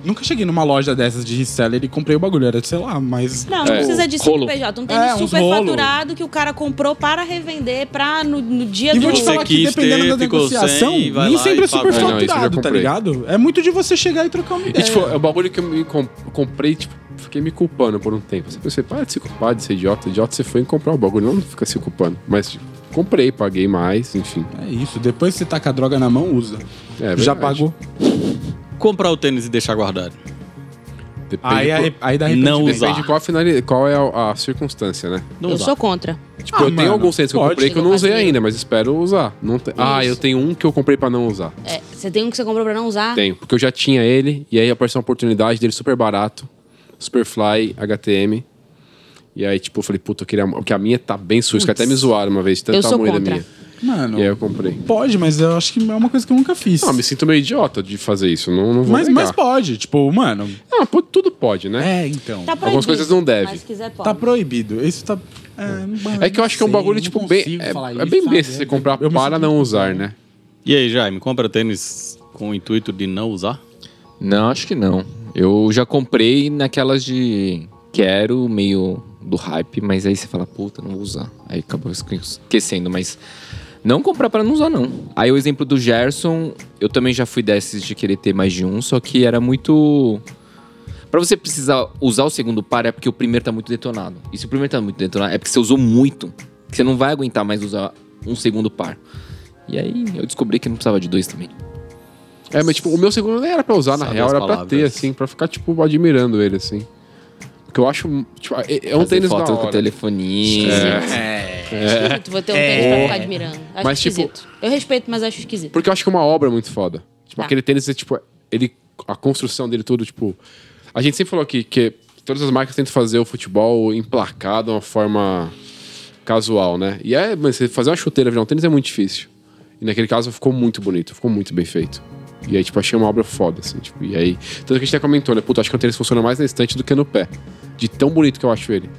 Speaker 3: nunca cheguei numa loja dessas de reseller e comprei o bagulho. Era, sei lá, mas.
Speaker 2: Não, não
Speaker 5: É,
Speaker 2: precisa de
Speaker 4: rolo.
Speaker 2: CNPJ. Um
Speaker 3: É,
Speaker 2: tênis
Speaker 3: uns
Speaker 2: super
Speaker 3: rolo.
Speaker 2: faturado que o cara comprou para revender pra no, no dia
Speaker 3: E
Speaker 2: do...
Speaker 3: vou te
Speaker 1: Você
Speaker 3: falar que
Speaker 1: quis
Speaker 3: dependendo
Speaker 1: ter,
Speaker 3: da
Speaker 1: ficou
Speaker 3: negociação,
Speaker 1: sem, vai
Speaker 3: nem
Speaker 1: lá
Speaker 3: sempre
Speaker 1: e
Speaker 3: é super
Speaker 1: pagou.
Speaker 5: Não, isso eu já
Speaker 3: faturado, tá
Speaker 5: comprei.
Speaker 3: ligado? É muito de você chegar e trocar uma
Speaker 5: E,
Speaker 3: ideia.
Speaker 5: tipo, é o bagulho que eu me com- comprei, tipo, fiquei me culpando por um tempo. Você pensei, para de se culpar, de ser idiota. Idiota, você foi em comprar o bagulho, não fica se culpando. Mas, tipo, comprei, paguei mais, enfim.
Speaker 3: É isso, depois que você tá com a droga na mão, usa.
Speaker 5: É
Speaker 3: Já
Speaker 5: verdade.
Speaker 3: pagou.
Speaker 1: Comprar o tênis e deixar guardado.
Speaker 5: Depende
Speaker 3: Aí,
Speaker 5: do-
Speaker 3: aí, aí dá
Speaker 1: Não
Speaker 3: arrependimento.
Speaker 1: usar.
Speaker 5: Depende de qual, a finali- qual é a, a circunstância, né?
Speaker 1: Não
Speaker 2: eu
Speaker 1: usar.
Speaker 2: sou contra.
Speaker 5: Tipo,
Speaker 3: Ah,
Speaker 5: eu
Speaker 3: mano,
Speaker 5: tenho alguns tênis que eu
Speaker 3: pode.
Speaker 5: comprei que eu não
Speaker 2: Chegou
Speaker 5: usei
Speaker 2: vazio.
Speaker 5: ainda, mas espero usar. Não te- Ah,
Speaker 2: Isso.
Speaker 5: eu tenho um que eu comprei pra não usar.
Speaker 2: É, você tem um que você comprou pra não usar?
Speaker 5: Tenho, porque eu já tinha ele, e aí apareceu uma oportunidade dele super barato, Superfly HTM. E aí, tipo, eu falei, puta, eu queria. Porque a minha tá bem suja, que até me zoaram uma vez, de
Speaker 2: Eu
Speaker 5: tanto
Speaker 2: sou
Speaker 5: tamanho da
Speaker 2: contra.
Speaker 5: minha.
Speaker 3: Mano,
Speaker 5: E aí eu comprei.
Speaker 3: pode, mas eu acho que é uma coisa que eu nunca fiz.
Speaker 5: Não, me sinto meio idiota de fazer isso, não, não vou
Speaker 3: mas,
Speaker 5: negar.
Speaker 3: mas pode, tipo, mano.
Speaker 5: Ah, pô, tudo pode, né?
Speaker 3: É, então.
Speaker 2: Tá
Speaker 3: Tá,
Speaker 2: proibido,
Speaker 5: coisas não deve.
Speaker 2: Mas se quiser, pode.
Speaker 3: proibido. Isso tá. É, mano,
Speaker 5: É, que eu acho que é um
Speaker 3: não sei,
Speaker 5: bagulho,
Speaker 3: não
Speaker 5: tipo, bem.
Speaker 3: consigo
Speaker 5: É,
Speaker 3: falar
Speaker 5: é
Speaker 3: isso,
Speaker 5: bem
Speaker 3: sabe?
Speaker 5: besta você comprar
Speaker 3: eu me
Speaker 5: para
Speaker 3: sinto-
Speaker 5: não usar, né?
Speaker 1: E aí, Jaime, compra tênis com o intuito de não usar?
Speaker 4: Não, acho que não. Eu já comprei naquelas de quero, meio do hype, mas aí você fala, puta, não vou usar. Aí acabou esque- esquecendo, mas não comprar pra não usar, não. Aí o exemplo do Gerson, eu também já fui desses de querer ter mais de um, só que era muito. Pra você precisar usar o segundo par é porque o primeiro tá muito detonado. E se o primeiro tá muito detonado é porque você usou muito, que você não vai aguentar mais usar um segundo par. E aí eu descobri que não precisava de dois também.
Speaker 5: É, mas tipo, o meu segundo nem era pra usar, na
Speaker 1: Sabe
Speaker 5: real,
Speaker 1: as
Speaker 5: era pra
Speaker 1: palavras.
Speaker 5: ter, assim, pra ficar, tipo, admirando ele, assim. Porque eu acho, tipo, é, é um
Speaker 4: Fazer
Speaker 5: tênis da
Speaker 4: foto com
Speaker 5: hora. É.
Speaker 4: telefoninho.
Speaker 2: Esquisito, vou
Speaker 3: É.
Speaker 2: ter um tênis pra ficar admirando. Acho
Speaker 5: Mas, tipo-
Speaker 2: esquisito. eu respeito, mas acho esquisito.
Speaker 5: Porque eu acho que é uma obra muito foda. Tipo,
Speaker 2: Tá.
Speaker 5: aquele tênis é, tipo, ele. A construção dele todo, tipo. A gente sempre falou aqui que todas as marcas tentam fazer o futebol emplacado de uma forma casual, né? E é, mas você fazer uma chuteira virar um tênis é muito difícil. E naquele caso ficou muito bonito, ficou muito bem feito. E aí, tipo, achei uma obra foda, assim, tipo, e aí. Tanto que a gente até comentou, né? Puta, acho que o tênis funciona mais na estante do que no pé. De tão bonito que eu acho ele.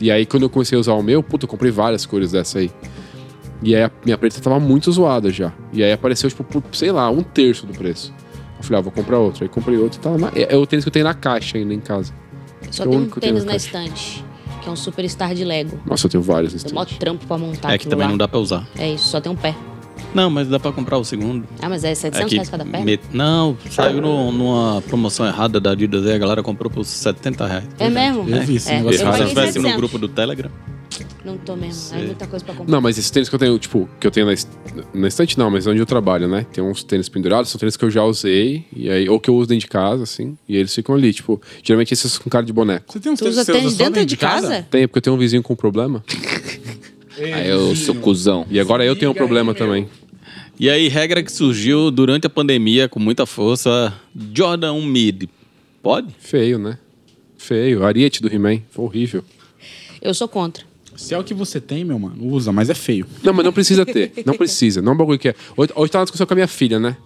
Speaker 5: E aí, quando eu comecei a usar o meu, puta, eu comprei várias cores dessa aí. E aí a minha preta tava muito zoada já. E aí apareceu, tipo, por, sei lá, um terço do preço. Eu falei, ah, vou comprar outro. Aí comprei outro e tá na... É é o tênis que eu tenho na caixa ainda em casa.
Speaker 2: Só
Speaker 5: é o
Speaker 2: tem um
Speaker 5: único que tem
Speaker 2: tênis
Speaker 5: na
Speaker 2: na
Speaker 5: caixa.
Speaker 2: estante, que é um superstar de Lego.
Speaker 5: Nossa, eu tenho vários
Speaker 2: Tem mó
Speaker 5: instantes.
Speaker 2: trampo pra montar
Speaker 1: é que também não dá pra usar.
Speaker 2: É isso, só tem um pé.
Speaker 1: Não, mas dá pra comprar o segundo.
Speaker 2: Ah, mas é
Speaker 1: É
Speaker 2: 700
Speaker 1: que
Speaker 2: reais cada pé?
Speaker 1: me- Não, saiu no- numa promoção errada da Adidas e a galera comprou por 70 reais.
Speaker 2: É mesmo?
Speaker 3: Eu vi esse
Speaker 2: é.
Speaker 3: negócio.
Speaker 1: Se você
Speaker 2: Eu paguei
Speaker 1: estivesse no
Speaker 2: 700.
Speaker 1: grupo do Telegram,
Speaker 2: Não tô mesmo, é muita coisa pra comprar.
Speaker 5: Não, mas esses tênis que eu tenho, tipo, que eu tenho na, est- na estante, não, mas onde eu trabalho, né? Tem uns tênis pendurados, são tênis que eu já usei, e aí, ou que eu uso dentro de casa, assim, e eles ficam ali, tipo, geralmente esses com cara de boneco.
Speaker 3: Você tem uns
Speaker 2: Tu usa
Speaker 3: que você
Speaker 2: tênis
Speaker 3: só
Speaker 2: dentro de casa?
Speaker 5: Tem, porque eu tenho um vizinho com problema.
Speaker 4: Aí Ah, eu sou cuzão.
Speaker 5: E agora eu tenho um problema também.
Speaker 1: E aí, regra que surgiu durante a pandemia com muita força, Jordan 1 mid. Pode?
Speaker 5: Feio, né? Feio. Ariete do He-Man. Foi horrível.
Speaker 2: Eu sou contra.
Speaker 3: Se é o que você tem, meu mano, usa, mas é feio.
Speaker 5: Não, mas não precisa ter. Não precisa. Não é um bagulho que é. Hoje, hoje tava na discussão com a minha filha, né?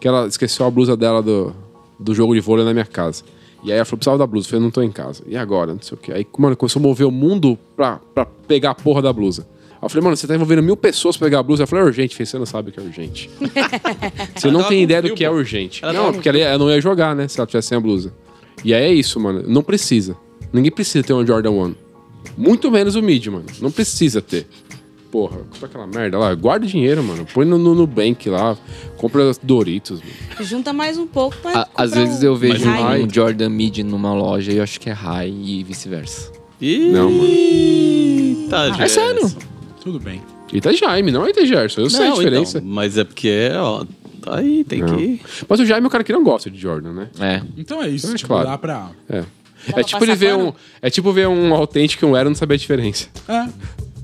Speaker 5: Que ela esqueceu a blusa dela do, do jogo de vôlei na minha casa. E aí ela falou, precisava da blusa. Eu falei, não tô em casa. E agora? Não sei o quê. Aí, mano, começou a mover o mundo pra, pra pegar a porra da blusa. Aí eu falei, mano, você tá envolvendo mil pessoas pra pegar a blusa. Eu falei, é urgente, filho, você não sabe o que é urgente. você não
Speaker 1: tava
Speaker 5: tem
Speaker 1: com
Speaker 5: ideia
Speaker 1: frio,
Speaker 5: do que é
Speaker 1: pô.
Speaker 5: urgente.
Speaker 1: Ela tava
Speaker 5: não, porque ela, ia- ela não ia jogar, né? Se ela tivesse sem a blusa. E aí é isso, mano. Não precisa. Ninguém precisa ter um Jordan 1. Muito menos o mid, mano. Não precisa ter. Porra, compra aquela merda lá. Guarda o dinheiro, mano. Põe no, no Nubank lá. Compra Doritos. Mano.
Speaker 2: Junta mais um pouco pra.
Speaker 4: A- às vezes eu vejo
Speaker 2: Mas
Speaker 4: um
Speaker 5: high.
Speaker 4: Jordan Mid numa loja e eu acho que é high e vice-versa.
Speaker 1: Ih,
Speaker 5: Não, mano.
Speaker 1: Eita, gente.
Speaker 4: é sério?
Speaker 3: Tudo bem.
Speaker 5: Eita tá Jaime, não é Eita Gerson. Eu sei a
Speaker 1: Não,
Speaker 5: diferença.
Speaker 1: então, mas é porque, ó, tá aí, tem que...
Speaker 5: Mas o Jaime é o cara que não gosta de Jordan, né?
Speaker 4: É.
Speaker 3: Então é isso,
Speaker 5: É,
Speaker 3: tipo,
Speaker 5: claro.
Speaker 3: dá pra.
Speaker 5: É.
Speaker 2: pra
Speaker 5: É tipo ele
Speaker 2: passar
Speaker 5: ver
Speaker 2: pano?
Speaker 5: um. É tipo ver um autêntico e um era e não saber a diferença.
Speaker 3: É.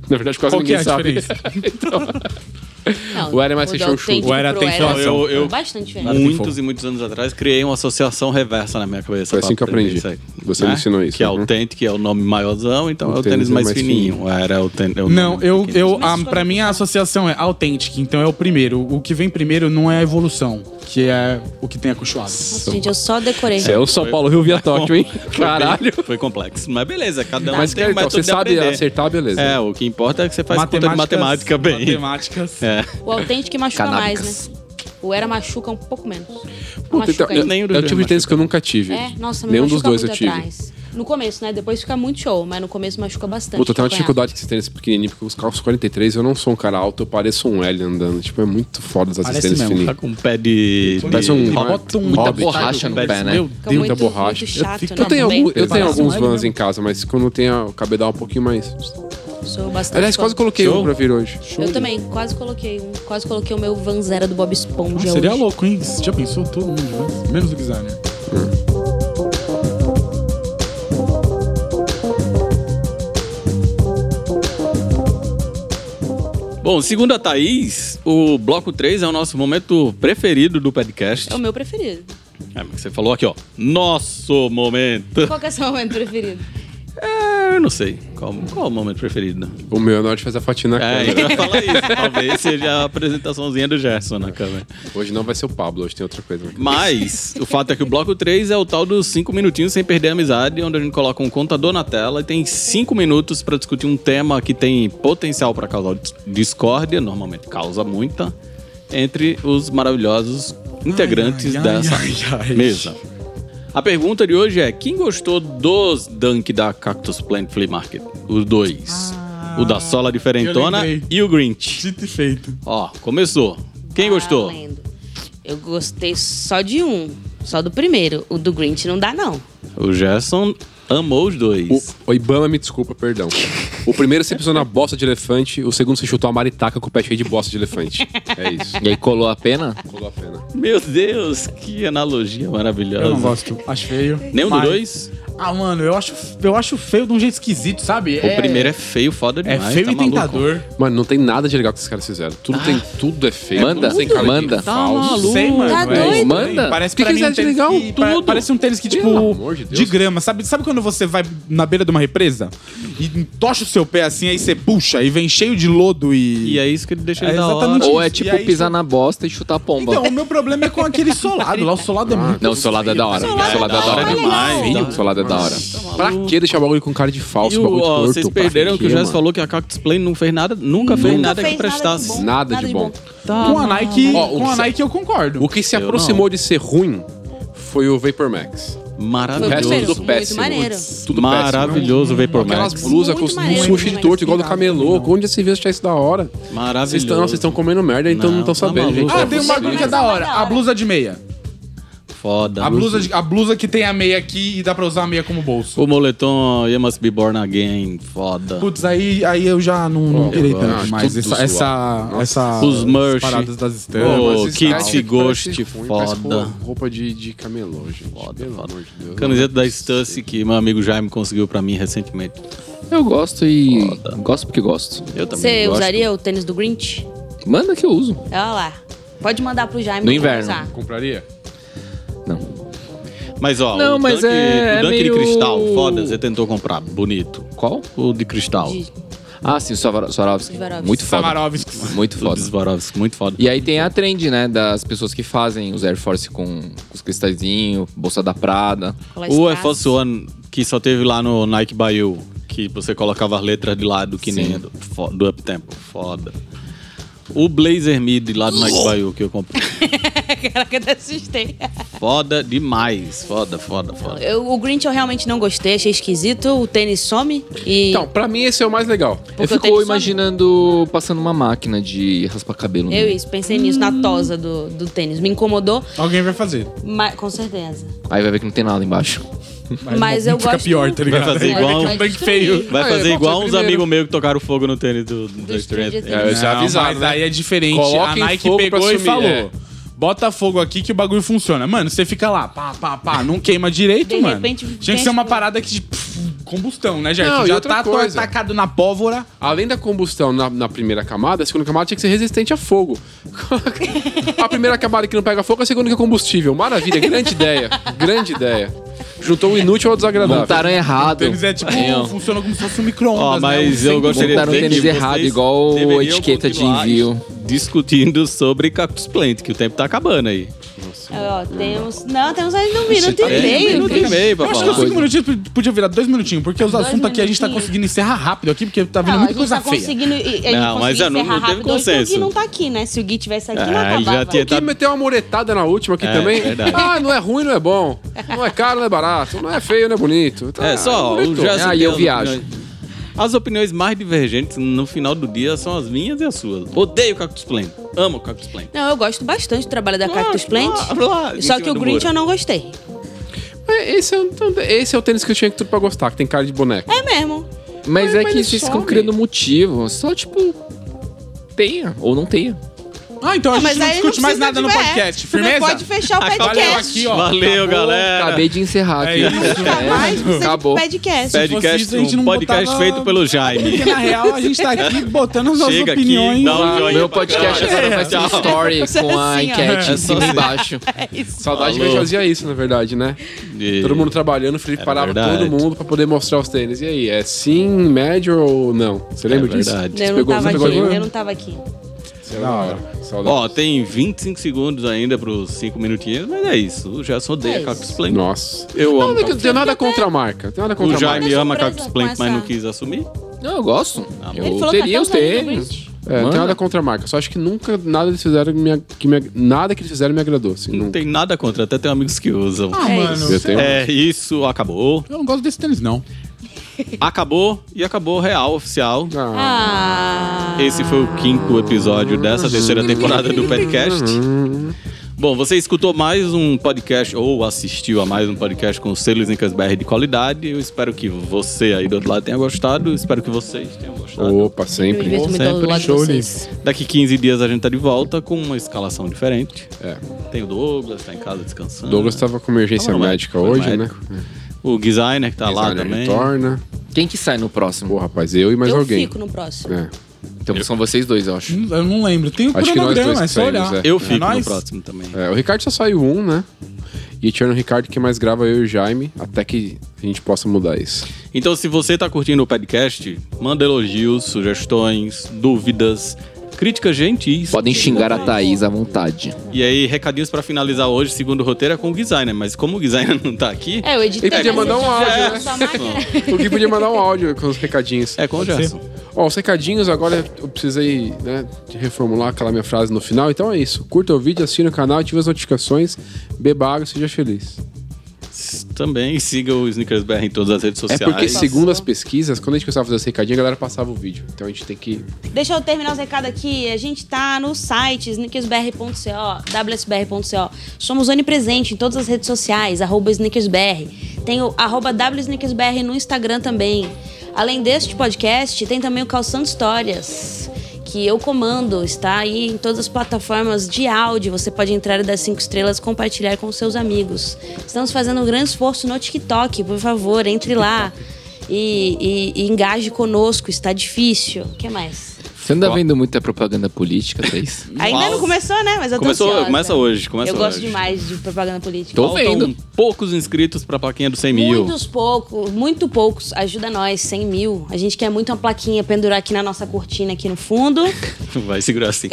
Speaker 5: Na verdade, quase
Speaker 3: Qual que
Speaker 5: ninguém
Speaker 3: é a
Speaker 5: sabe. Então,
Speaker 3: diferença?
Speaker 2: Não,
Speaker 5: O Era é mais
Speaker 2: do
Speaker 5: fechou o chulo.
Speaker 2: autêntico
Speaker 3: O Era
Speaker 2: pro
Speaker 3: tem inflação.
Speaker 1: Eu- eu-
Speaker 2: é Bastante diferente.
Speaker 1: Muitos e muitos anos atrás, criei uma associação reversa na minha cabeça.
Speaker 5: Foi
Speaker 1: pra
Speaker 5: assim que eu aprendi.
Speaker 1: aprender aí,
Speaker 5: Você me ensinou isso,
Speaker 1: Que é
Speaker 5: uhum.
Speaker 1: o tênis, que é o nome maiorzão, então
Speaker 5: O
Speaker 1: é o
Speaker 5: tênis
Speaker 1: tênis
Speaker 5: é
Speaker 1: mais
Speaker 5: mais
Speaker 1: fininho. Era o tênis... é o
Speaker 3: Não,
Speaker 1: nome
Speaker 3: eu,
Speaker 1: pequenininho.
Speaker 3: eu a, pra mim a associação é autêntica, então é o primeiro. O que vem primeiro não é a evolução, que é o que tem acolchoado.
Speaker 2: Nossa, gente, eu só decorei.
Speaker 5: Você é o São Paulo Rio via Tóquio, hein? Caralho.
Speaker 1: Foi complexo. Mas beleza, cada um
Speaker 5: Mas,
Speaker 1: tem
Speaker 5: cara,
Speaker 1: um
Speaker 5: então,
Speaker 1: método
Speaker 5: você
Speaker 1: de
Speaker 5: sabe
Speaker 1: aprender.
Speaker 5: acertar, beleza.
Speaker 1: É, o que importa é que você faz conta de matemática bem.
Speaker 3: Matemáticas.
Speaker 1: É.
Speaker 2: O autêntico que machuca
Speaker 4: Canábicas.
Speaker 2: mais, né? O Era machuca um pouco menos.
Speaker 5: Puta, então,
Speaker 2: machuca
Speaker 5: é,
Speaker 2: ainda.
Speaker 1: Nem o dos
Speaker 5: é o tipo
Speaker 1: dois
Speaker 5: de tênis que eu nunca tive.
Speaker 2: É, nossa, me
Speaker 5: Nenhum
Speaker 2: machuca
Speaker 5: dos dois eu
Speaker 2: muito
Speaker 5: tive.
Speaker 2: atrás. No começo, né? Depois fica muito show, mas no começo machuca bastante.
Speaker 5: Puta, eu tenho uma
Speaker 2: acompanhar.
Speaker 5: dificuldade com esses tênis pequenininhos, porque os calços 43, eu não sou um cara alto, eu pareço um L andando. Tipo, é muito foda essas
Speaker 3: Parece
Speaker 5: tênis
Speaker 3: mesmo.
Speaker 1: Tá
Speaker 5: fininhas.
Speaker 1: com um pé de.
Speaker 5: Parece um-
Speaker 3: Bota um
Speaker 5: Muita
Speaker 3: Hobbit,
Speaker 4: borracha
Speaker 3: sabe?
Speaker 4: no pé, né?
Speaker 3: Meu
Speaker 2: Fica
Speaker 5: Tem
Speaker 2: muito,
Speaker 5: muita borracha.
Speaker 2: Muito chato,
Speaker 3: fico-
Speaker 2: né?
Speaker 5: Eu tenho,
Speaker 2: Também.
Speaker 5: algum- eu tenho
Speaker 3: Parece um
Speaker 5: alguns
Speaker 3: L
Speaker 5: vans
Speaker 3: mesmo.
Speaker 5: em casa, mas quando tem a cabedal um pouquinho mais.
Speaker 2: Sou bastante.
Speaker 5: Aliás, quase
Speaker 2: contra.
Speaker 5: coloquei um pra vir hoje.
Speaker 2: Eu também, quase coloquei um. Quase coloquei o meu Vanzera do Bob Esponja.
Speaker 3: Nossa, seria
Speaker 2: hoje.
Speaker 3: louco, hein? Você já pensou todo mundo, né? menos o designer.
Speaker 1: Bom, segundo a Thaís, o bloco 3 é o nosso momento preferido do podcast.
Speaker 2: É o meu preferido.
Speaker 1: É, mas você falou aqui, ó. Nosso momento.
Speaker 2: Qual que é o seu momento preferido?
Speaker 1: É, eu não sei. Qual, qual é o momento preferido? né?
Speaker 5: O meu é na hora de fazer a faxina na
Speaker 1: É,
Speaker 5: câmera.
Speaker 1: eu ia falar isso. Talvez seja a apresentaçãozinha do Gerson na câmera.
Speaker 3: é.
Speaker 5: Hoje não vai ser o Pablo, hoje tem outra coisa.
Speaker 1: Mas o fato é que o bloco 3 é o tal dos 5 minutinhos sem perder a amizade, onde a gente coloca um contador na tela e tem 5 minutos pra discutir um tema que tem potencial pra causar dis- discórdia, normalmente causa muita, entre os maravilhosos integrantes
Speaker 3: ai,
Speaker 1: dessa
Speaker 3: ai, ai.
Speaker 1: mesa. A pergunta de hoje é: quem gostou dos Dunk da Cactus Plant Flea Market? Os dois. o da Sola Diferentona
Speaker 3: Ah. eu lembrei.
Speaker 1: e o Grinch.
Speaker 3: Dito e feito.
Speaker 1: Ó, começou. Quem gostou?
Speaker 2: Valendo. Ah, Eu gostei só de um. Só do primeiro. O do Grinch não dá, não.
Speaker 1: O Gerson amou os dois.
Speaker 5: O, o Ibama, me desculpa, perdão. O primeiro você pisou na bosta de elefante, o segundo você chutou a maritaca com o pé cheio de bosta de elefante. É isso.
Speaker 4: E aí colou a pena?
Speaker 5: Colou a pena.
Speaker 1: Meu Deus, que analogia maravilhosa.
Speaker 3: Eu não gosto. Acho feio.
Speaker 1: Nenhum dos
Speaker 3: Mas-
Speaker 1: dois?
Speaker 3: Ah, mano, eu acho, eu acho feio de um jeito esquisito, sabe?
Speaker 1: O primeiro é feio, foda
Speaker 3: é
Speaker 1: demais.
Speaker 3: feio
Speaker 1: tá
Speaker 3: e
Speaker 1: maluco.
Speaker 3: tentador.
Speaker 5: Mano, não tem nada de legal que esses caras fizeram. Tudo, tem, tudo é feio.
Speaker 4: Manda,
Speaker 5: tudo tem cara de
Speaker 4: manda. Tá
Speaker 5: falso.
Speaker 3: Não sei, mano.
Speaker 2: Tá
Speaker 3: é
Speaker 2: doido?
Speaker 3: estranho.
Speaker 4: Manda.
Speaker 3: Parece
Speaker 5: Que
Speaker 3: pra
Speaker 5: que
Speaker 3: mim um
Speaker 5: é de
Speaker 3: tênis
Speaker 5: legal?
Speaker 3: que pa-
Speaker 5: Tudo.
Speaker 3: Parece um tênis que, tipo,
Speaker 5: Pelo amor de
Speaker 3: de,
Speaker 5: Deus.
Speaker 3: grama. Sabe, sabe quando você vai na beira de uma represa e tocha o seu pé assim, aí você puxa e vem cheio de lodo e...
Speaker 1: E é isso que ele deixa
Speaker 3: É
Speaker 1: ele da hora.
Speaker 3: exatamente
Speaker 4: Ou é
Speaker 3: E
Speaker 4: tipo
Speaker 3: aí,
Speaker 4: pisar na bosta e chutar a pomba.
Speaker 3: Então, o meu problema é com aquele solado. Lá o solado é muito...
Speaker 4: não, solada é da hora.
Speaker 1: Solada é
Speaker 4: Solada é
Speaker 1: da
Speaker 4: da hora
Speaker 1: hora demais. tá?
Speaker 4: Feio, Solada é da hora.
Speaker 5: Pra que deixar o bagulho com cara de falso?
Speaker 1: E o,
Speaker 5: bagulho
Speaker 1: ó,
Speaker 5: torto,
Speaker 1: vocês
Speaker 5: pra
Speaker 1: perderam que o
Speaker 5: quê,
Speaker 1: Jess
Speaker 5: mano?
Speaker 1: falou que a Cactus Play não fez nada, nunca fez nada
Speaker 2: fez
Speaker 1: que
Speaker 2: nada de
Speaker 1: prestasse.
Speaker 2: bom.
Speaker 5: Nada, de bom.
Speaker 3: Com a Nike,
Speaker 5: Ó, o
Speaker 3: com a
Speaker 5: que-
Speaker 3: Nike eu concordo.
Speaker 5: O que se
Speaker 1: Eu
Speaker 5: aproximou de ser ruim foi o Vapor Max. O resto
Speaker 2: Foi o
Speaker 1: Maravilhoso.
Speaker 5: tudo
Speaker 2: Muito
Speaker 5: péssimo.
Speaker 2: maneiro.
Speaker 5: Tudo péssimo. né?
Speaker 1: Maravilhoso o Vapor
Speaker 5: Aquelas
Speaker 1: Max.
Speaker 5: blusas com
Speaker 2: Muito
Speaker 5: os
Speaker 2: maneiro,
Speaker 5: sushi de
Speaker 2: muito
Speaker 5: torto, igual do
Speaker 3: inspirável,
Speaker 5: camelô. Onde vocês viram achar isso da hora? Vocês
Speaker 1: Maravilhoso.
Speaker 5: estão vocês estão comendo merda, então
Speaker 1: Não,
Speaker 5: não estão
Speaker 1: tá
Speaker 5: sabendo,
Speaker 1: maluco.
Speaker 5: gente.
Speaker 3: Ah,
Speaker 5: Não é
Speaker 3: tem um bagulho que é
Speaker 5: possível.
Speaker 3: da hora. A blusa de meia.
Speaker 1: Foda.
Speaker 3: A blusa, de- a blusa que tem a meia aqui e dá pra usar a meia como bolso.
Speaker 1: O moletom You Must Be Born Again. Foda.
Speaker 3: Putz, aí, aí eu já não, não pirei
Speaker 5: eu
Speaker 3: tanto
Speaker 5: acho
Speaker 3: mais.
Speaker 5: tudo
Speaker 3: Essa, essa, essa-
Speaker 1: Os merch.
Speaker 3: paradas das
Speaker 1: Ô,
Speaker 3: estrelas.
Speaker 5: Mas esses
Speaker 1: Kit
Speaker 5: caras que
Speaker 1: Ghost,
Speaker 5: parecem ruim, parece com
Speaker 1: foda.
Speaker 5: Roupa de, de camelô, gente. Pelo amor de Deus.
Speaker 1: Camiseta da Stussy que meu amigo Jaime conseguiu pra mim recentemente.
Speaker 4: Eu gosto e.
Speaker 1: Foda.
Speaker 4: Gosto porque gosto.
Speaker 1: Eu também
Speaker 2: Você
Speaker 1: gosto.
Speaker 2: usaria o tênis do Grinch?
Speaker 4: Manda que eu uso.
Speaker 2: Olha lá. Pode mandar pro Jaime.
Speaker 4: No
Speaker 2: que eu vou
Speaker 4: inverno.
Speaker 2: usar.
Speaker 5: Compraria?
Speaker 4: Não.
Speaker 1: Mas ó,
Speaker 4: Não,
Speaker 1: o
Speaker 4: mas
Speaker 1: Dunk,
Speaker 4: é-
Speaker 1: o Dunk
Speaker 4: é
Speaker 1: de
Speaker 4: meio-
Speaker 1: cristal, foda, você tentou comprar, bonito.
Speaker 4: Qual?
Speaker 1: O de cristal.
Speaker 2: De-
Speaker 4: Ah, sim, o Savaro- Swarovski.
Speaker 2: Swarovski.
Speaker 4: Muito foda.
Speaker 3: Samarovski.
Speaker 4: Muito
Speaker 1: O
Speaker 4: foda.
Speaker 1: de Swarovski, muito foda.
Speaker 4: E aí tem a trend, né? Das pessoas que fazem os Air Force com os cristalzinhos, bolsa da Prada.
Speaker 2: colar
Speaker 1: o Air
Speaker 2: strass.
Speaker 1: Force One, que só teve lá no Nike Bayou, que você colocava as letras de lado, que nem
Speaker 4: Sim.
Speaker 1: a do, fo- do Uptempo. Foda. O Blazer Mid lá do Nike Bayou que eu comprei.
Speaker 2: Caraca, eu até assustei.
Speaker 1: Foda demais. Foda, foda, foda.
Speaker 2: Eu- o Grinch eu realmente não gostei, achei esquisito. O tênis some e.
Speaker 5: Então, pra mim esse é o mais legal.
Speaker 4: eu
Speaker 2: Porque eu tenho
Speaker 4: fico
Speaker 2: sono.
Speaker 4: imaginando passando uma máquina de raspar cabelo.
Speaker 2: eu
Speaker 4: né?
Speaker 2: isso, pensei nisso, na tosa do, do tênis. Me incomodou,
Speaker 3: Alguém vai fazer.
Speaker 2: mas, com certeza.
Speaker 4: Aí vai ver que não tem nada embaixo.
Speaker 2: Mas eu
Speaker 3: fica
Speaker 2: gosto-
Speaker 3: pior, tá ligado?
Speaker 1: Vai fazer
Speaker 3: Vai
Speaker 1: igual-
Speaker 3: ver que é um bank feio.
Speaker 1: Vai
Speaker 5: Ah,
Speaker 1: fazer
Speaker 5: eu
Speaker 1: igual
Speaker 5: vou
Speaker 1: uns
Speaker 5: primeiro.
Speaker 1: amigos meus que tocaram fogo no tênis do, do,
Speaker 2: Stranger
Speaker 1: Stranger
Speaker 2: Things.
Speaker 1: Things.
Speaker 5: É, eu já
Speaker 3: Não,
Speaker 5: avisaram,
Speaker 3: Mas
Speaker 5: né?
Speaker 3: aí é diferente.
Speaker 5: Coloquem
Speaker 3: a Nike
Speaker 5: fogo pra
Speaker 3: pegou e
Speaker 5: sumir,
Speaker 3: falou:
Speaker 5: é.
Speaker 3: bota fogo aqui que o bagulho funciona. Mano, você fica lá, pá, pá, pá, não queima direito,
Speaker 2: De
Speaker 3: mano.
Speaker 2: repente,
Speaker 3: Tinha que
Speaker 2: tem
Speaker 3: ser uma
Speaker 2: esse-
Speaker 3: parada que. pff, combustão, né, Gerson?
Speaker 5: Não, e
Speaker 3: Já
Speaker 5: outra
Speaker 3: tá to-
Speaker 5: coisa.
Speaker 3: atacado na pólvora.
Speaker 5: Além da combustão na, na primeira camada, a segunda camada tinha que ser resistente a fogo. a primeira camada que não pega fogo, a segunda que é combustível. Maravilha, grande ideia. Grande ideia. Juntou o inútil ao desagradável.
Speaker 4: Montaram errado.
Speaker 3: Tênis é tipo,
Speaker 4: Não.
Speaker 3: funciona como se fosse um micro-ondas.
Speaker 1: Ó, mas
Speaker 3: né?
Speaker 1: eu
Speaker 3: Um sem-
Speaker 1: gostaria de
Speaker 4: Botaram
Speaker 1: dizer
Speaker 4: tênis
Speaker 1: que
Speaker 4: errado,
Speaker 1: vocês
Speaker 4: igual
Speaker 1: deveriam
Speaker 4: a etiqueta de
Speaker 1: continuar
Speaker 4: envio.
Speaker 1: Discutindo sobre Cactus Plant, que o tempo tá acabando aí.
Speaker 2: Ó, temos. Não, temos ainda um minuto e
Speaker 3: tá
Speaker 1: Tem um
Speaker 2: meio.
Speaker 1: minuto e
Speaker 2: Cris.
Speaker 1: meio
Speaker 3: Eu
Speaker 1: pra
Speaker 3: acho
Speaker 1: falar.
Speaker 3: que os cinco minutinhos podia virar dois minutinhos, porque os assuntos aqui a gente tá
Speaker 2: minutinhos.
Speaker 3: conseguindo encerrar rápido aqui, porque tá vindo
Speaker 2: Não, a
Speaker 3: muita
Speaker 2: gente
Speaker 3: coisa
Speaker 2: tá
Speaker 3: feia.
Speaker 2: conseguindo. A gente
Speaker 1: Não, mas
Speaker 2: conseguiu
Speaker 1: eu não-
Speaker 2: encerrar
Speaker 1: não teve
Speaker 2: rápido hoje que O Gui
Speaker 1: consenso.
Speaker 2: não tá aqui, né? Se o Gui tivesse aqui, não
Speaker 1: Ah,
Speaker 2: acabava.
Speaker 1: já tinha-
Speaker 5: Quem meteu uma moretada na última aqui
Speaker 1: É,
Speaker 5: também?
Speaker 1: verdade.
Speaker 5: Ah, não é ruim, não é bom. Não é caro, não é barato. Não é feio, não é bonito. Tá,
Speaker 1: É, só,
Speaker 5: é
Speaker 1: o
Speaker 5: bonito.
Speaker 1: Gerson
Speaker 4: Ah, e
Speaker 1: tem
Speaker 4: eu
Speaker 1: as
Speaker 4: viajo.
Speaker 1: opiniões- As opiniões mais divergentes no final do dia são as minhas e as suas. Odeio Cactus Plant. Amo Cactus Plant. Ah,
Speaker 2: Não, eu gosto bastante do trabalho da É Cactus Plant.
Speaker 1: lá, lá, em
Speaker 2: só
Speaker 1: cima
Speaker 2: que o
Speaker 1: do
Speaker 2: Grinch
Speaker 1: muro.
Speaker 2: eu não gostei.
Speaker 5: É, Esse é, um- esse é o tênis que eu tinha que tudo pra gostar, que tem cara de boneco.
Speaker 2: É mesmo.
Speaker 4: Mas
Speaker 5: Mas-
Speaker 4: é
Speaker 5: mas
Speaker 4: que
Speaker 5: ele
Speaker 4: vocês
Speaker 5: some.
Speaker 4: ficam criando motivo. Só, tipo, tenha ou não tenha.
Speaker 3: Ah, então a
Speaker 6: Não,
Speaker 3: gente não
Speaker 6: aí
Speaker 3: discute mais
Speaker 6: precisa
Speaker 3: nada no
Speaker 6: de- é,
Speaker 3: podcast.
Speaker 6: você não
Speaker 3: Firmeza?
Speaker 6: Pode fechar o
Speaker 2: é
Speaker 1: Acabou
Speaker 6: podcast.
Speaker 3: aqui, ó.
Speaker 1: Valeu, galera.
Speaker 4: Acabei de encerrar
Speaker 3: É
Speaker 4: aqui.
Speaker 3: isso.
Speaker 6: Nunca mais precisa de
Speaker 4: Acabou.
Speaker 6: podcast.
Speaker 1: Podcast,
Speaker 3: Se fosse isso, a gente
Speaker 1: um
Speaker 3: não
Speaker 1: podcast
Speaker 3: botava-
Speaker 1: feito pelo Jaime.
Speaker 3: Porque na real a gente tá aqui botando as nossas
Speaker 1: Chega aqui,
Speaker 3: opiniões.
Speaker 1: dá um joinha.
Speaker 4: Meu
Speaker 1: pra
Speaker 4: podcast
Speaker 1: caralho.
Speaker 4: agora vai ser um
Speaker 1: Tchau.
Speaker 4: story
Speaker 6: Isso é
Speaker 4: com a
Speaker 6: assim, ó.
Speaker 4: enquete
Speaker 1: É,
Speaker 4: em cima
Speaker 1: só
Speaker 4: e embaixo.
Speaker 5: Saudade que a gente
Speaker 1: Falou.
Speaker 5: fazia isso, na verdade, né?
Speaker 1: E-
Speaker 5: Todo mundo trabalhando, o Felipe
Speaker 1: Era
Speaker 5: parava
Speaker 1: verdade.
Speaker 5: todo mundo pra poder mostrar os tênis. E aí, é sim, médio ou não? Você lembra disso?
Speaker 1: É verdade.
Speaker 5: Você
Speaker 2: Eu não
Speaker 5: pegou-
Speaker 2: tava
Speaker 5: você
Speaker 2: aqui,
Speaker 5: pegou alguma? é
Speaker 2: eu não tava aqui.
Speaker 5: Da hora. Saudade.
Speaker 1: Ó, tem 25 segundos ainda pros 5 minutinhos, mas é isso. O Gerson odeia
Speaker 2: É
Speaker 1: Cactus Plant.
Speaker 5: Nossa. tá
Speaker 1: Eu
Speaker 5: Não,
Speaker 1: amo.
Speaker 5: não
Speaker 1: Cactus
Speaker 5: tem nada contra a marca. Tem nada
Speaker 1: Plant.
Speaker 5: contra
Speaker 1: O
Speaker 5: a marca.
Speaker 1: Jaime
Speaker 2: surpresa
Speaker 1: ama
Speaker 2: com
Speaker 1: Cactus Plant, mas não
Speaker 2: essa-
Speaker 1: quis assumir.
Speaker 4: Não, eu gosto.
Speaker 2: Ele
Speaker 4: Eu
Speaker 2: falou né, que
Speaker 4: teria
Speaker 2: até
Speaker 4: os
Speaker 2: usaria no
Speaker 4: tênis.
Speaker 2: Bridge.
Speaker 5: É, não tem
Speaker 4: Manda.
Speaker 5: nada contra a marca. Só acho que nunca nada eles fizeram que me, ag- que me ag- nada que eles fizeram me agradou. Assim,
Speaker 1: Não
Speaker 5: nunca.
Speaker 1: tem nada contra, até tem amigos que usam.
Speaker 3: Ah,
Speaker 2: É
Speaker 3: mano.
Speaker 2: isso.
Speaker 5: Eu tenho-
Speaker 1: É, isso acabou.
Speaker 3: Eu não gosto desse tênis, não.
Speaker 1: Acabou e acabou real, oficial.
Speaker 5: Ah,
Speaker 2: Ah.
Speaker 1: Esse foi o quinto episódio dessa terceira temporada do podcast. Bom, você escutou mais um podcast ou assistiu a mais um podcast com o selo Zincas BR de qualidade. Eu espero que você aí do outro lado tenha gostado. Eu espero que vocês tenham gostado.
Speaker 5: Opa,
Speaker 2: Eu me
Speaker 5: sempre.
Speaker 2: divirto muito ao
Speaker 1: Sempre
Speaker 2: lado de
Speaker 3: show,
Speaker 2: vocês.
Speaker 1: Daqui 15 dias a gente tá de volta com uma escalação diferente.
Speaker 5: É.
Speaker 1: Tem o Douglas, tá em casa descansando.
Speaker 5: Douglas tava com emergência
Speaker 1: Tava no
Speaker 5: médica
Speaker 1: médico,
Speaker 5: hoje,
Speaker 1: foi no
Speaker 5: né?
Speaker 1: O designer que tá lá
Speaker 5: Designer
Speaker 1: também.
Speaker 5: Retorna.
Speaker 4: Quem que sai no próximo?
Speaker 5: Pô, rapaz, eu e mais
Speaker 2: Eu
Speaker 5: alguém.
Speaker 2: fico no próximo.
Speaker 5: É.
Speaker 4: Então são vocês dois, eu acho.
Speaker 3: Eu não lembro. Tem o
Speaker 5: Acho que nós dois
Speaker 3: cronograma,
Speaker 5: que
Speaker 3: é só
Speaker 5: saímos,
Speaker 3: olhar.
Speaker 5: é.
Speaker 1: Eu
Speaker 3: É
Speaker 1: fico no
Speaker 3: nóis.
Speaker 1: próximo também.
Speaker 5: É, o Ricardo só saiu um, né? E tirando o Ricardo, que mais grava eu e o Jaime, até que a gente possa mudar isso.
Speaker 1: Então, se você tá curtindo o podcast, manda elogios, sugestões, dúvidas, críticas gentis.
Speaker 4: Podem xingar a Thaís à vontade.
Speaker 1: E aí, recadinhos pra finalizar hoje, segundo o roteiro, é com o designer. Mas como o designer não tá aqui,
Speaker 2: É, o editor.
Speaker 5: Ele podia mandar um áudio, né?
Speaker 2: né?
Speaker 5: O Gui podia mandar um áudio com os recadinhos.
Speaker 1: é com o Gerson.
Speaker 5: Ó, os recadinhos, agora eu precisei né, de reformular aquela minha frase no final. Então é isso. Curta o vídeo, assina o canal, ativa as notificações, beba água e seja feliz.
Speaker 1: Também siga o Snickers BR em todas as redes
Speaker 5: É
Speaker 1: sociais.
Speaker 5: porque, segundo as pesquisas, quando a gente começava a fazer esse recadinho, a galera passava o vídeo. Então a gente tem que.
Speaker 2: Deixa eu terminar os recados aqui. A gente tá no site sneakersbr.co, wsbr.co. Somos onipresente em todas as redes sociais, arroba sneakersbr. Tem o arroba wsneakersbr no Instagram também. Além deste podcast, tem também o Calçando Histórias, que eu comando. Está aí em todas as plataformas de áudio. Você pode entrar e dar cinco estrelas, compartilhar com seus amigos. Estamos fazendo um grande esforço no TikTok. Por favor, entre lá. E, e- e engaje conosco, está difícil. O que mais?
Speaker 4: Você anda vendo muita propaganda política, Thaís?
Speaker 2: Ainda não começou, né? Mas eu tô
Speaker 1: Começou,
Speaker 2: ansiosa.
Speaker 1: começa hoje, começa
Speaker 2: Eu gosto
Speaker 1: hoje.
Speaker 2: demais de propaganda política.
Speaker 4: Tô
Speaker 1: Faltam
Speaker 4: vendo.
Speaker 1: poucos inscritos pra plaquinha dos 100 mil.
Speaker 2: Muitos poucos, muito poucos. Ajuda nós, 100 mil. A gente quer muito uma plaquinha pendurar aqui na nossa cortina, aqui no fundo.
Speaker 1: Vai segurar assim.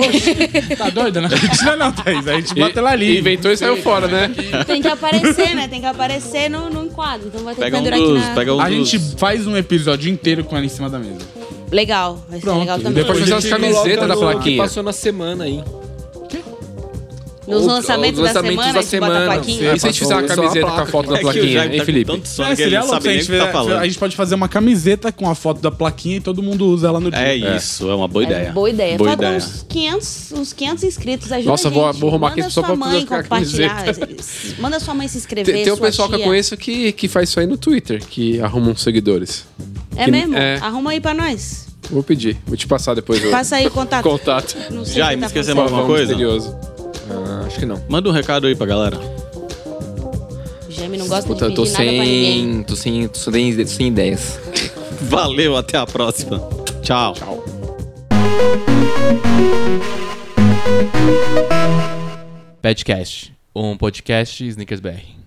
Speaker 3: Tá doida? Não acredita não, Thaís. A gente bota ela ali.
Speaker 5: Inventou e saiu fora, né?
Speaker 2: Tem que aparecer, né? Tem que aparecer no, no enquadro. Então vai ter
Speaker 1: Pega
Speaker 2: que
Speaker 1: um
Speaker 2: pendurar
Speaker 1: dos.
Speaker 2: aqui na...
Speaker 1: Pega um
Speaker 3: A
Speaker 1: dos-
Speaker 3: gente faz um episódio inteiro com ela em cima da mesa.
Speaker 1: um-
Speaker 2: Legal. Vai ser
Speaker 3: Pronto.
Speaker 2: legal
Speaker 3: E
Speaker 2: também.
Speaker 5: Depois fazer as camisetas da plaquinha.
Speaker 4: Passou na semana aí.
Speaker 2: Nos lançamentos,
Speaker 4: os
Speaker 2: da semana, a gente bota a plaquinha.
Speaker 5: E se a gente fizer uma camiseta com a foto da
Speaker 1: É que o
Speaker 5: plaquinha,
Speaker 1: Jaime
Speaker 5: hein,
Speaker 1: tá com
Speaker 5: Felipe?
Speaker 1: tanto sono
Speaker 3: É,
Speaker 1: que ele não sabe nem o
Speaker 3: se
Speaker 1: que tá
Speaker 3: tiver- A
Speaker 1: falando.
Speaker 3: gente pode fazer uma camiseta com a foto da plaquinha e todo mundo usa ela no dia.
Speaker 1: É isso, é uma boa ideia.
Speaker 2: É, boa ideia.
Speaker 1: Boa
Speaker 2: Faltam
Speaker 1: ideia.
Speaker 2: uns 500, uns 500 inscritos. Ajuda
Speaker 5: Nossa,
Speaker 2: a
Speaker 5: vou-
Speaker 2: gente.
Speaker 5: vou arrumar
Speaker 2: Manda
Speaker 5: aqui só
Speaker 2: sua
Speaker 5: pra
Speaker 2: mãe
Speaker 5: fazer a
Speaker 2: compartilhar.
Speaker 5: camiseta.
Speaker 2: Manda sua mãe se inscrever.
Speaker 5: Tem, tem um
Speaker 2: sua
Speaker 5: pessoal que eu
Speaker 2: tia.
Speaker 5: conheço que, que faz isso aí no Twitter, que arruma uns seguidores.
Speaker 2: É
Speaker 5: que-
Speaker 2: mesmo?
Speaker 5: é.
Speaker 2: Arruma aí pra nós.
Speaker 5: Vou pedir, vou te passar depois o
Speaker 2: Passa aí o contato.
Speaker 5: contato.
Speaker 2: Não sei o que
Speaker 1: Jaime,
Speaker 2: tá
Speaker 1: esquecemos
Speaker 2: acontecendo.
Speaker 1: alguma coisa?
Speaker 5: Misterioso.
Speaker 4: Ah, acho que não.
Speaker 1: Manda um recado aí pra galera.
Speaker 2: Jaime não gosta
Speaker 4: Puta, eu
Speaker 2: de
Speaker 4: tô
Speaker 2: pedir nada pra ninguém.
Speaker 4: sem, tô sem. Tô sem, sem ideias.
Speaker 1: Valeu, até a próxima. Tchau.
Speaker 7: Petcast, um podcast Snickers BR.